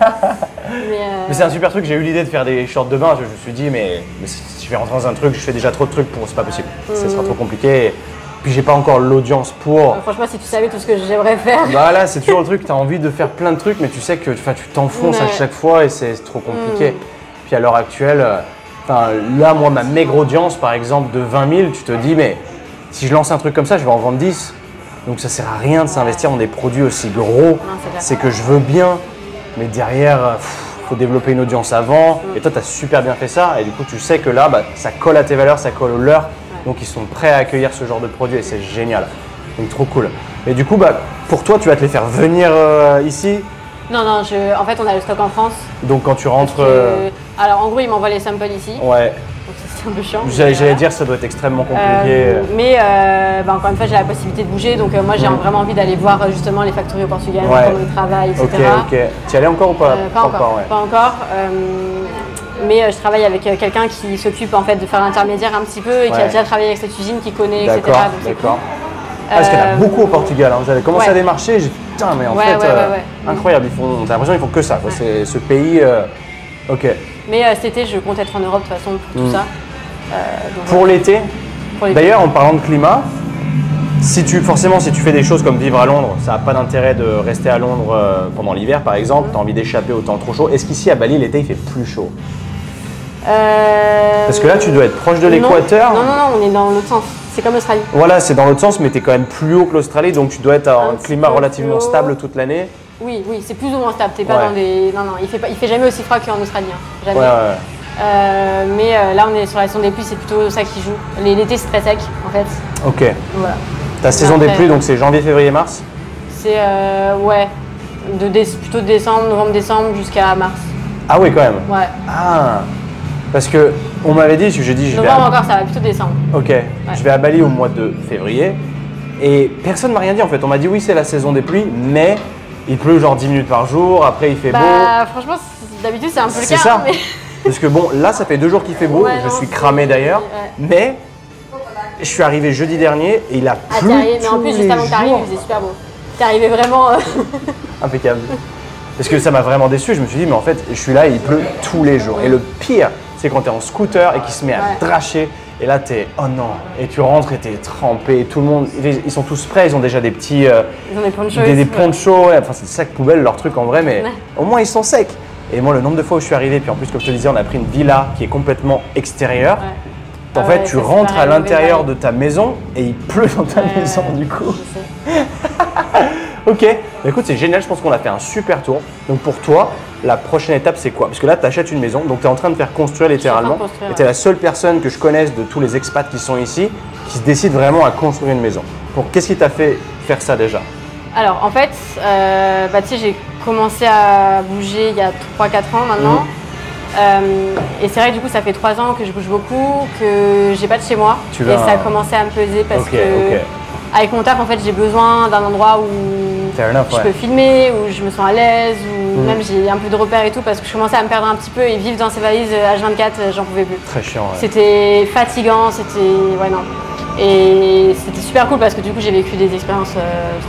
mais, euh, Mais c'est un super truc, j'ai eu l'idée de faire des shorts de bain, je je me suis dit mais, mais si si je vais rentrer dans un truc, je fais déjà trop de trucs pour, c'est pas possible, ça sera trop compliqué, et puis j'ai pas encore l'audience pour. franchement, si tu savais tout ce que j'aimerais faire. Bah là c'est toujours le truc, t'as envie de faire plein de trucs mais tu sais que enfin, tu t'enfonces à Ouais. chaque fois et c'est trop compliqué. Puis à l'heure actuelle, euh, enfin, là moi ma maigre audience par exemple de 20 000, tu te dis mais si je lance un truc comme ça je vais en vendre 10. Donc ça sert à rien de s'investir dans des produits aussi gros, c'est clair. c'est que je veux bien Mais derrière, euh, pff, faut développer une audience avant. Mm. Et toi, tu as super bien fait ça. Et du coup, tu sais que là, bah, ça colle à tes valeurs, ça colle aux leurs. Donc, ils sont prêts à accueillir ce genre de produit et c'est génial. Donc, trop cool. Et du coup, bah, pour toi, tu vas te les faire venir euh, ici. Non, non, je... en fait, on a le stock en France. Donc, quand tu parce rentres. que- Euh, Alors, en gros, ils m'envoient les samples ici. euh, ouais. Donc, ça, c'est un peu chiant. mais J'allais j'allais voilà. dire, ça doit être extrêmement compliqué. Euh, mais euh, bah, encore une fois, j'ai la possibilité de bouger. Donc, euh, moi, j'ai vraiment envie d'aller voir euh, justement les factories au Portugal, Mm. Ouais. comment ils travaillent, etc. ok, ok. Tu y allais encore ou pas Euh, pas encore, ouais. pas encore. euh, mais euh, je travaille avec euh, quelqu'un qui s'occupe en fait de faire l'intermédiaire un petit peu et qui Ouais. a déjà travaillé avec cette usine, qui connaît, etc. D'accord, Donc, c'est d'accord. cool. Ah, Parce qu'il y en a Euh, beaucoup au Portugal. hein. Vous avez commencé ouais. à démarcher, j'ai dit, putain, mais en Ouais, fait, ouais, ouais, Mm. euh, ouais. incroyable. Ils font, t'as l'impression qu'ils font que ça. quoi. C'est ce pays. euh, Ok. Mais euh, cet été, je compte être en Europe de toute façon pour tout ça. Euh, donc, Mm. Pour voilà, l'été. pour les- D'ailleurs, en parlant de climat, si tu forcément si tu fais des choses comme vivre à Londres, ça n'a pas d'intérêt de rester à Londres euh, pendant l'hiver, par Mm. exemple. T'as envie d'échapper au temps trop chaud. Est-ce qu'ici à Bali l'été il fait plus chaud Euh, Parce que là, tu dois être proche de non. l'équateur. Non, non, non, on est dans l'autre sens. C'est comme l'Australie. Voilà, c'est dans l'autre sens, mais tu es quand même plus haut que l'Australie, donc tu dois être à un, Un petit climat peu plus relativement haut. stable toute l'année. Oui, oui, c'est plus ou moins stable. T'es pas Ouais. dans des. Non, non, il fait, pas... il fait jamais aussi froid qu'en Australie. hein. Jamais. Ouais, ouais. Euh, mais euh, là, on est sur la saison des pluies, c'est plutôt ça qui joue. Les- L'été, c'est très sec en fait. Ok. Voilà. Ta saison des Après- pluies, donc c'est janvier, février, mars. C'est euh, ouais, de dé- plutôt de décembre, novembre-décembre jusqu'à mars. Ah oui, quand même. Ouais. Ah, parce que on m'avait dit, j'ai dit, je vais, Novembre à... encore, ça va plutôt décembre. ok, je vais à Bali au mois de février. Et personne m'a rien dit en fait. On m'a dit, oui, c'est la saison des pluies, mais il pleut genre 10 minutes par jour, après il fait beau. Bah franchement, c'est- d'habitude c'est un peu le C'est cas. ça. hein, mais- Parce que bon, là, ça fait deux jours qu'il fait beau, Ouais, je non, suis c'est- cramé d'ailleurs, ouais. mais je suis arrivé jeudi dernier et il a Ah, plu. t'es arrivé, mais en tous plus les juste avant que t'arrives, jours. il faisait super beau. T'es arrivé vraiment. euh, Impeccable. Parce que ça m'a vraiment déçu. Je me suis dit, mais en fait, je suis là et il pleut tous les jours. Et le pire, c'est quand t'es en scooter et qu'il se met à Ouais. dracher. Et là, t'es oh non. Et tu rentres et t'es trempé. Tout le monde, ils sont tous prêts. Ils ont déjà des petits, euh, Ils ont des ponchos. des, des et tout, ouais. ponchos. ouais. Enfin, c'est des sacs poubelles, leur truc en vrai, mais Ouais. au moins ils sont secs. Et moi, le nombre de fois où je suis arrivé, puis en plus, comme je te disais, on a pris une villa qui est complètement extérieure. Ouais. En Ah fait, ouais, tu ça, c'est rentres à pareil, l'intérieur de mauvais ta maison et il pleut dans ta Ouais, maison ouais, du coup. je sais. Ok, Bah, écoute, c'est génial, je pense qu'on a fait un super tour. Donc pour toi, la prochaine étape, c'est quoi Parce que là, tu achètes une maison, donc tu es en train de faire construire littéralement. en train de construire, et tu es la seule personne que je connaisse de tous les expats qui sont ici qui se décide vraiment à construire une maison. Donc qu'est-ce qui t'a fait faire ça déjà Alors en fait, euh, bah, tu sais, j'ai commencé à bouger il y a 3-4 ans maintenant. Mhm. Euh, et c'est vrai que du coup, ça fait 3 ans que je bouge beaucoup, que j'ai pas de chez moi. Tu et vas- ça a commencé à me peser parce Ok, que ok. avec mon taf, en fait, j'ai besoin d'un endroit où Fair enough, je ouais. peux filmer, où je me sens à l'aise, où Mhm. même j'ai un peu de repères et tout parce que je commençais à me perdre un petit peu et vivre dans ces valises euh, H24, euh, j'en pouvais plus. Très chiant. ouais. C'était fatigant, c'était. Ouais, non. Et c'était super cool parce que du coup j'ai vécu des expériences euh,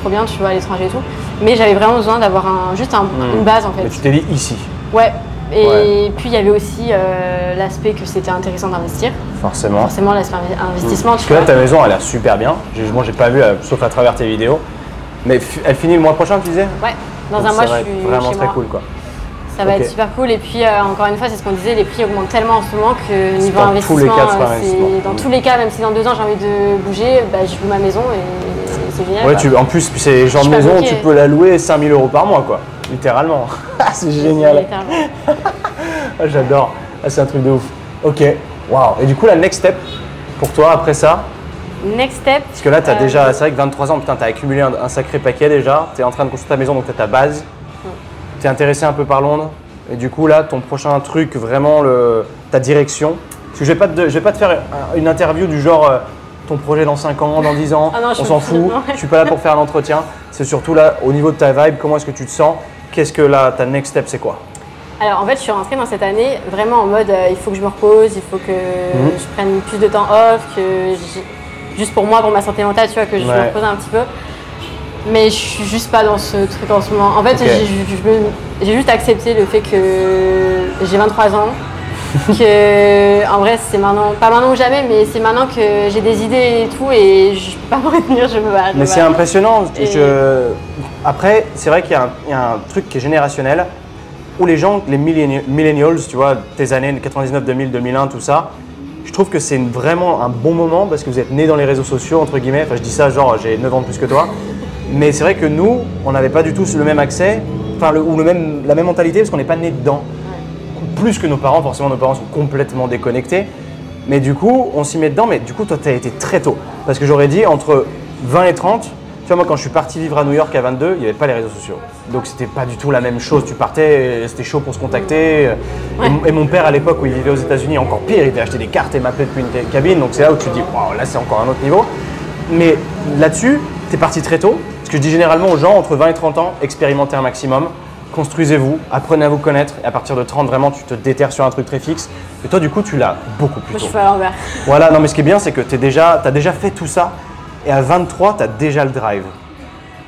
trop bien, tu vois, à l'étranger et tout. Mais j'avais vraiment besoin d'avoir un, juste un- Mm. une base en fait. Mais tu t'es dit ici, Ouais. Et Ouais. puis il y avait aussi euh, l'aspect que c'était intéressant d'investir. forcément. Forcément, l'aspect inv- investissement, Parce tu que là, vois. ta maison, elle a l'air super bien. J'ai- Moi, j'ai pas vu, euh, sauf à travers tes vidéos. Mais fi- elle finit le mois prochain, tu disais Ouais. Dans Donc, un ça mois, va je être suis vraiment chez très moi. cool, quoi. Ça va Ok. être super cool. Et puis, euh, encore une fois, c'est ce qu'on disait, les prix augmentent tellement en ce moment que niveau dans tous investissement, les cas, c'est pas euh, investissement. c'est dans tous les cas, même si dans deux ans j'ai envie de bouger, bah, je loue ma maison et c'est génial. Ouais, quoi. tu, en plus, c'est le genre Je de suis pas maison, tu bloquée. peux la louer 5000 euros par mois, quoi. Littéralement. Ah, c'est génial. Littéralement. Ah, J'adore. Ah, c'est un truc de ouf. Ok. Waouh. Et du coup, la next step pour toi après ça Next step. Parce que là, tu as euh, déjà, c'est vrai que 23 ans, putain, tu as accumulé un, un sacré paquet déjà. Tu es en train de construire ta maison, donc tu as ta base. Mm. Tu es intéressé un peu par Londres. Et du coup, là, ton prochain truc, vraiment le, ta direction. Parce que je vais pas te, je vais pas te faire un- une interview du genre euh, ton projet dans 5 ans, dans 10 ans, Ah non, je on suis s'en plus- fout. non, ouais. Je suis pas là pour faire un entretien. C'est surtout là, au niveau de ta vibe, comment est-ce que tu te sens Qu'est-ce que là, ta next step, c'est quoi Alors en fait, je suis rentrée dans cette année vraiment en mode euh, il faut que je me repose, il faut que Mhm. je prenne plus de temps off, que je- juste pour moi, pour ma santé mentale, tu vois, que je Ouais. me repose un petit peu. Mais je suis juste pas dans ce truc en ce moment. En fait, Ok. j'ai- je- je me- j'ai juste accepté le fait que j'ai 23 ans, que en vrai, c'est maintenant, pas maintenant ou jamais, mais c'est maintenant que j'ai des idées et tout, et je peux pas me retenir, je me bats. Mais c'est impressionnant. Et- Je- Après, c'est vrai qu'il y, a un- il y a un truc qui est générationnel où les gens, les millenni- millennials, tu vois, tes années 99, 2000, 2001, tout ça, je trouve que c'est une- vraiment un bon moment parce que vous êtes nés dans les réseaux sociaux, entre guillemets. Enfin, je dis ça, genre, j'ai 9 ans de plus que toi. Mais c'est vrai que nous, on n'avait pas du tout le même accès. enfin, le- ou le même, la même mentalité parce qu'on n'est pas né dedans. Plus que nos parents, forcément, nos parents sont complètement déconnectés. Mais du coup, on s'y met dedans. Mais du coup, toi, tu as été très tôt. Parce que j'aurais dit entre 20 et 30. Tu vois, moi, quand je suis parti vivre à New York à 22, il n'y avait pas les réseaux sociaux. Donc, c'était pas du tout la même chose. Tu partais, et c'était chaud pour se contacter. Euh, Et mon- Et, mon père, à l'époque où il vivait aux États-Unis, encore pire, il était acheté des cartes et m'appelait depuis une cabine. Donc, c'est là où tu te dis, waouh, là, c'est encore un autre niveau. Mais là-dessus, t'es parti très tôt. Ce que je dis généralement aux gens, entre 20 et 30 ans, expérimentez un maximum, construisez-vous, apprenez à vous connaître. Et à partir de 30, vraiment, tu te déterres sur un truc très fixe. Et toi, du coup, tu l'as beaucoup plus Moi, je tôt. suis à l'envers. Voilà, non, mais ce qui est bien, c'est que t'es déjà, t'as déjà fait tout ça. Et à 23, t'as déjà le drive.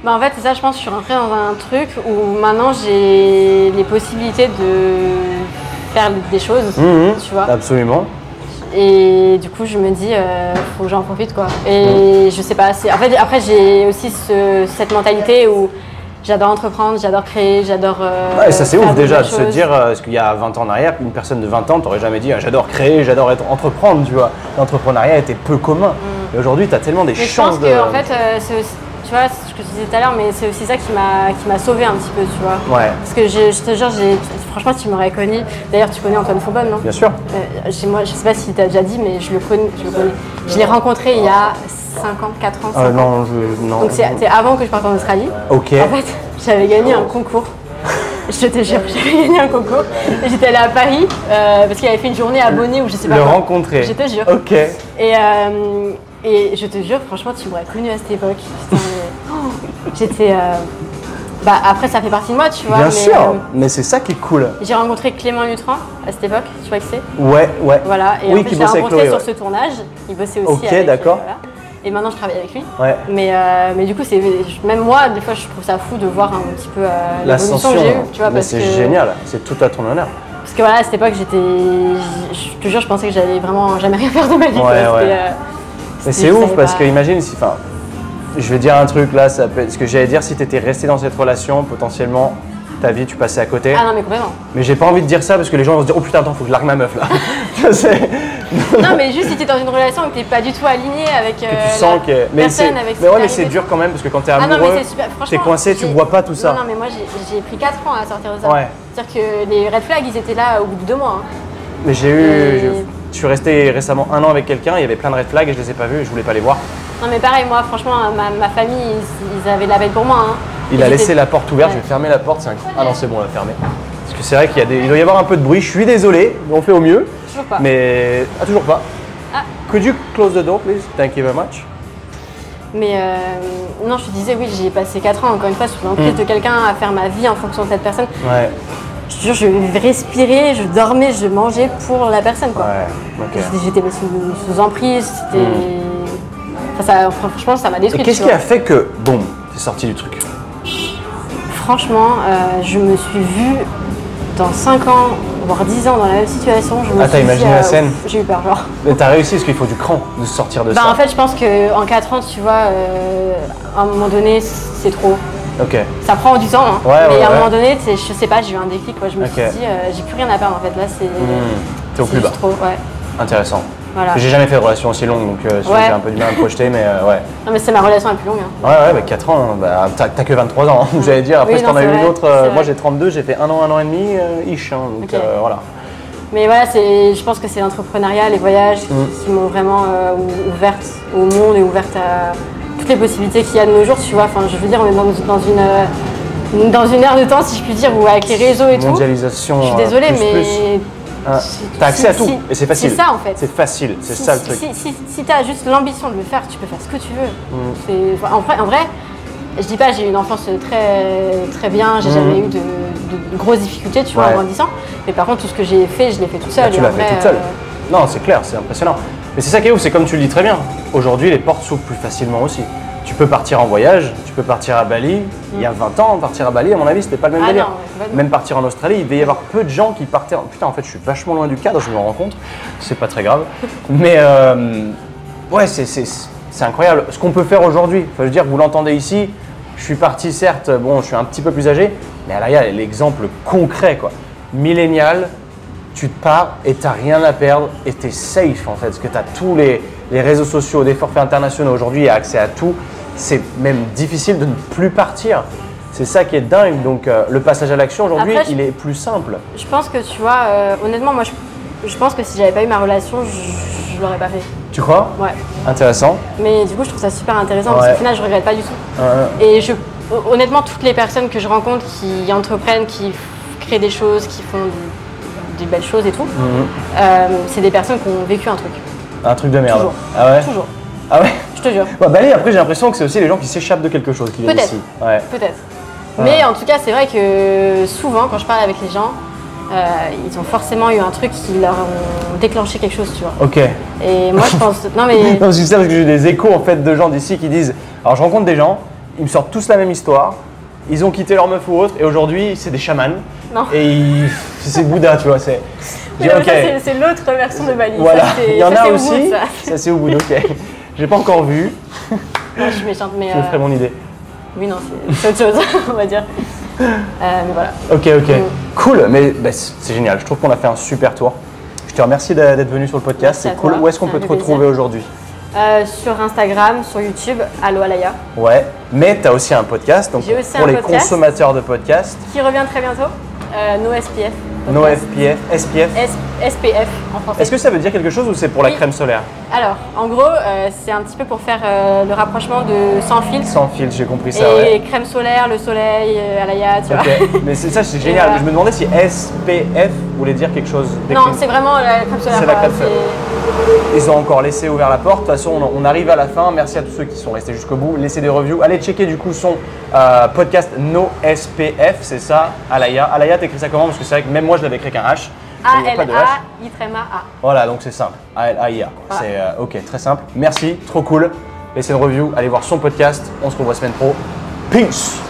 Bah, en fait, c'est ça, je pense que je suis rentrée dans un truc où maintenant j'ai les possibilités de faire des choses, Mhm. tu vois. Absolument. Et du coup, je me dis, euh, faut que j'en profite, quoi. Mmh. Et je sais pas, c'est... En fait, après, j'ai aussi ce- cette mentalité où j'adore entreprendre, j'adore créer, j'adore... euh, Ouais, Ah, ça c'est faire ouf de déjà de nouvelles se choses. dire, euh, parce qu'il y a 20 ans en arrière, une personne de 20 ans t'aurait jamais dit ah, j'adore créer, j'adore être entreprendre, tu vois. L'entrepreneuriat était peu commun. Et aujourd'hui, t'as tellement des Mm. Mais je chances pense de. que, en fait, euh, c'est aussi- tu vois, c'est ce que je disais tout à l'heure, mais c'est aussi ça qui m'a, qui m'a sauvée un petit peu, tu vois. Ouais. Parce que je, je te jure, j'ai, franchement, tu m'aurais connue. D'ailleurs, tu connais Antoine Faubonne, non Bien sûr. Euh, chez moi, je sais pas si tu as déjà dit, mais je le connais. Je, le connais. je l'ai rencontré il y a 54 ans. Euh, 50. non, je. Non. Donc c'est c'est avant que je parte en Australie. Ok. En fait, j'avais gagné un concours. Je te jure, j'avais gagné un concours. Et J'étais allée à Paris euh, parce qu'il avait fait une journée abonnée ou je sais pas Le quoi. rencontrer. Je te jure. Ok. Et, euh, et je te jure, franchement, tu m'aurais connue à cette époque. Putain, mais- Oh, J'étais. euh, Bah, après, ça fait partie de moi, tu vois. Bien mais, sûr. euh, Mais c'est ça qui est cool. j'ai rencontré Clément Lutran à cette époque, tu vois que c'est Ouais, ouais. voilà, et oui, en fait, qui je l'ai bossait avec Chloé. rencontré sur ouais. ce tournage. Il bossait aussi Ok, avec, euh, d'accord. voilà. Et maintenant, je travaille avec lui. Ouais. Mais, euh, mais du coup, c'est même moi, des fois, je trouve ça fou de voir un petit peu euh, l'évolution L'ascension. hein. que j'ai eue. Tu vois, Mais parce c'est que, génial. C'est tout à ton honneur. Parce que voilà, à cette époque, j'étais. Je je te jure, je pensais que j'allais vraiment jamais rien faire de ma vie. Ouais, quoi. C'était, ouais. euh, Mais c'était- c'est je ouf savais parce pas. que imagine si, enfin, je vais dire un truc là, ça peut, ce que j'allais dire, si t'étais resté dans cette relation, potentiellement, ta vie, tu passais à côté. Ah non, mais complètement. Mais j'ai pas envie de dire ça parce que les gens vont se dire, oh putain, attends, faut que je largue ma meuf là. Je sais. non, mais juste si t'es dans une relation où t'es pas du tout aligné avec. que euh, tu sens la que. Mais, c'est- personne avec mais qui ouais, mais t'es c'est arrivé. dur quand même parce que quand t'es Ah non, mais amoureux, c'est super. Franchement, t'es coincé, tu j'ai- vois pas tout ça. Non, non, mais moi, j'ai j'ai pris 4 ans à sortir de ça. Ouais. C'est-à-dire que les red flags, ils étaient là au bout de deux mois. hein. Mais j'ai Et- eu. Je, je suis resté récemment un an avec quelqu'un, il y avait plein de red flags et je les ai pas vus et je voulais pas les voir. Non mais pareil, moi franchement, ma, ma famille, ils, ils avaient de la veille pour moi. hein. Il Et a j'étais- laissé la porte ouverte, je Ouais. vais fermer la porte, c'est inc- Ah non, c'est bon, on l'a fermée. Parce que c'est vrai qu'il y a des- il doit y avoir un peu de bruit, je suis désolé, on fait au mieux. Toujours pas. Mais. Ah, toujours pas. Ah. Could you close the door, please? Thank you very much. Mais euh, non, je te disais, oui, j'ai passé 4 ans encore une fois sous Mm. l'emprise de quelqu'un à faire ma vie en fonction de cette personne. Ouais, Je te jure, je respirais, je dormais, je mangeais pour la personne quoi. ouais, ok. J'étais- J'étais sous, sous emprise, c'était. Enfin, ça, fr- franchement, ça m'a détruite. Et qu'est-ce tu qui a vois. fait que. Boum, t'es sorti du truc. Franchement, euh, je me suis vue dans 5 ans, voire 10 ans dans la même situation. Je me Ah, t'as suis dit, euh, imaginé la scène J'ai eu peur, genre. Mais t'as réussi parce qu'il faut du cran de sortir de Bah, ça. en fait, je pense qu'en 4 ans, tu vois, euh, à un moment donné, c'est trop. Ok. Ça prend du temps, hein. Ouais, mais ouais, à un ouais. moment donné, tu sais, je sais pas, j'ai eu un déclic, quoi. Je me Ok. Hmm. suis dit, euh, j'ai plus rien à perdre, en fait. Là, c'est. T'es au c'est plus bas. juste trop, ouais. Intéressant. Voilà. J'ai jamais fait de relation aussi longue, donc euh, c'est vrai que Ouais. j'ai un peu du mal à me projeter, mais euh, ouais. Non, mais c'est ma relation la plus longue. hein. Ouais, ouais, bah, 4 ans, bah, t'as t'as que 23 ans, hein, j'allais dire. Après, Oui, si non, t'en as c'est eu une vrai, autre, euh, c'est moi vrai. j'ai 32, j'ai fait un an, un an et demi, euh, ish, hein, donc Ok. euh, voilà. Mais voilà, c'est, je pense que c'est l'entrepreneuriat, les voyages qui- Hmm. qui m'ont vraiment euh, ou- ouverte au monde et ouverte à toutes les possibilités qu'il y a de nos jours, tu vois. Enfin, je veux dire, on est dans, dans une. euh, dans une ère de temps, si je puis dire, ou avec les réseaux et tout. Mondialisation. Je suis euh, désolée, plus, mais plus. Ah, si- T'as accès à si- tout, si- et c'est facile. C'est ça en fait. C'est facile, c'est Si- ça le si- truc. Si, si, si t'as juste l'ambition de le faire, tu peux faire ce que tu veux. Mm. C'est- En, vrai, en vrai, je dis pas, j'ai eu une enfance très, très bien, j'ai jamais eu de, de- de grosses difficultés, tu vois, Mm. Ouais. en grandissant. Mais par contre, tout ce que j'ai fait, je l'ai fait toute seule. Là, tu et l'as en fait vrai, toute seule. euh, Non, c'est clair, c'est impressionnant. Mais c'est ça qui est ouf, c'est comme tu le dis très bien. Aujourd'hui, les portes s'ouvrent plus facilement aussi. Tu peux partir en voyage, tu peux partir à Bali. Il y a 20 ans, partir à Bali, à mon avis, c'était pas le même Mm. Ah délire. non, ouais, complètement. même partir en Australie, il devait y avoir peu de gens qui partaient. en- Putain, en fait, je suis vachement loin du cadre, je me rends compte. C'est pas très grave. Mais euh, ouais, c'est- c'est c'est incroyable. Ce qu'on peut faire aujourd'hui, Enfin, je veux dire, vous l'entendez ici. Je suis parti, certes, bon, je suis un petit peu plus âgé, mais là, il y a l'exemple concret, quoi. Millénial, tu te pars et t'as rien à perdre et t'es safe en fait, parce que t'as tous les, les réseaux sociaux, des forfaits internationaux aujourd'hui et accès à tout. C'est même difficile de ne plus partir. C'est ça qui est dingue. Donc euh, le passage à l'action aujourd'hui, Après, je- il est plus simple. Je pense que tu vois, euh, honnêtement, moi, je, je pense que si j'avais pas eu ma relation, je, je l'aurais pas fait. Tu crois Ouais. Intéressant. Mais du coup, je trouve ça super intéressant parce Ouais. qu'au final, je regrette pas du tout. Euh, Et je, honnêtement, toutes les personnes que je rencontre qui entreprennent, qui f- créent des choses, qui font des, des belles choses et tout, Mhm. euh, c'est des personnes qui ont vécu un truc. un truc de merde. Toujours. Ah ouais Toujours. Ah ouais Je te jure. Bah, bah, allez, après j'ai l'impression que c'est aussi les gens qui s'échappent de quelque chose qui viennent Peut-être. ici. Ouais. Peut-être. Mais en tout cas, c'est vrai que souvent, quand je parle avec les gens, euh, ils ont forcément eu un truc qui leur ont déclenché quelque chose, tu vois. Ok. Et moi, je pense. Non, mais. Non, parce que c'est ça, parce que j'ai des échos en fait de gens d'ici qui disent. Alors je rencontre des gens, ils me sortent tous la même histoire. Ils ont quitté leur meuf ou autre, et aujourd'hui c'est des chamans. Non. Et ils- c'est Bouddha, tu vois. C'est. Je dis, Non, mais ok. ça, c'est- c'est l'autre version de Bali. Voilà, Ça, c'est- il y en ça, a c'est au bout aussi. de ça. Ça, c'est au bout, ok. J'ai pas encore vu, Non, je suis méchante, mais. je me euh, ferai mon idée. Oui, non, c'est- c'est autre chose, on va dire. Euh, mais voilà. Ok, ok. Mm. Cool, mais bah, c'est c'est génial. Je trouve qu'on a fait un super tour. Je te remercie d'a- d'être venu sur le podcast. Merci à C'est cool. toi. Où est-ce qu'on Ça peut me te fait retrouver plaisir. aujourd'hui Euh, sur Instagram, sur YouTube, Allo Alaya, Ouais, mais tu as aussi un podcast. Donc J'ai aussi pour un les podcast. consommateurs de podcasts, qui revient très bientôt. Euh, no SPF. NoFPF, SPF. S- SPF en français. Est-ce que ça veut dire quelque chose ou c'est pour la Oui. crème solaire Alors, en gros, euh, c'est un petit peu pour faire euh, le rapprochement de sans fil Sans fil, j'ai compris et ça. ouais. crème solaire, le soleil, euh, Alaya, tu vois. Ok, mais c'est ça, c'est génial. voilà. Je me demandais si SPF voulait dire quelque chose. Non, d'écrit. c'est vraiment euh, la crème solaire. C'est la voilà, crème solaire. Ils ont encore laissé ouvert la porte. De toute façon, on on arrive à la fin. Merci à tous ceux qui sont restés jusqu'au bout. Laissez des reviews. Allez checker du coup son euh, podcast No SPF, c'est ça, Alaya. Alaya, t'écris ça comment Parce que c'est vrai que même moi, je l'avais écrit qu'un H. Il y a pas de H. A-L-A-I-T-R-E-M-A-A. Voilà, donc c'est simple. A-L-A-I-A. Voilà. C'est euh, ok, très simple. Merci, trop cool. Laissez une review. Allez voir son podcast. On se revoit semaine pro. Peace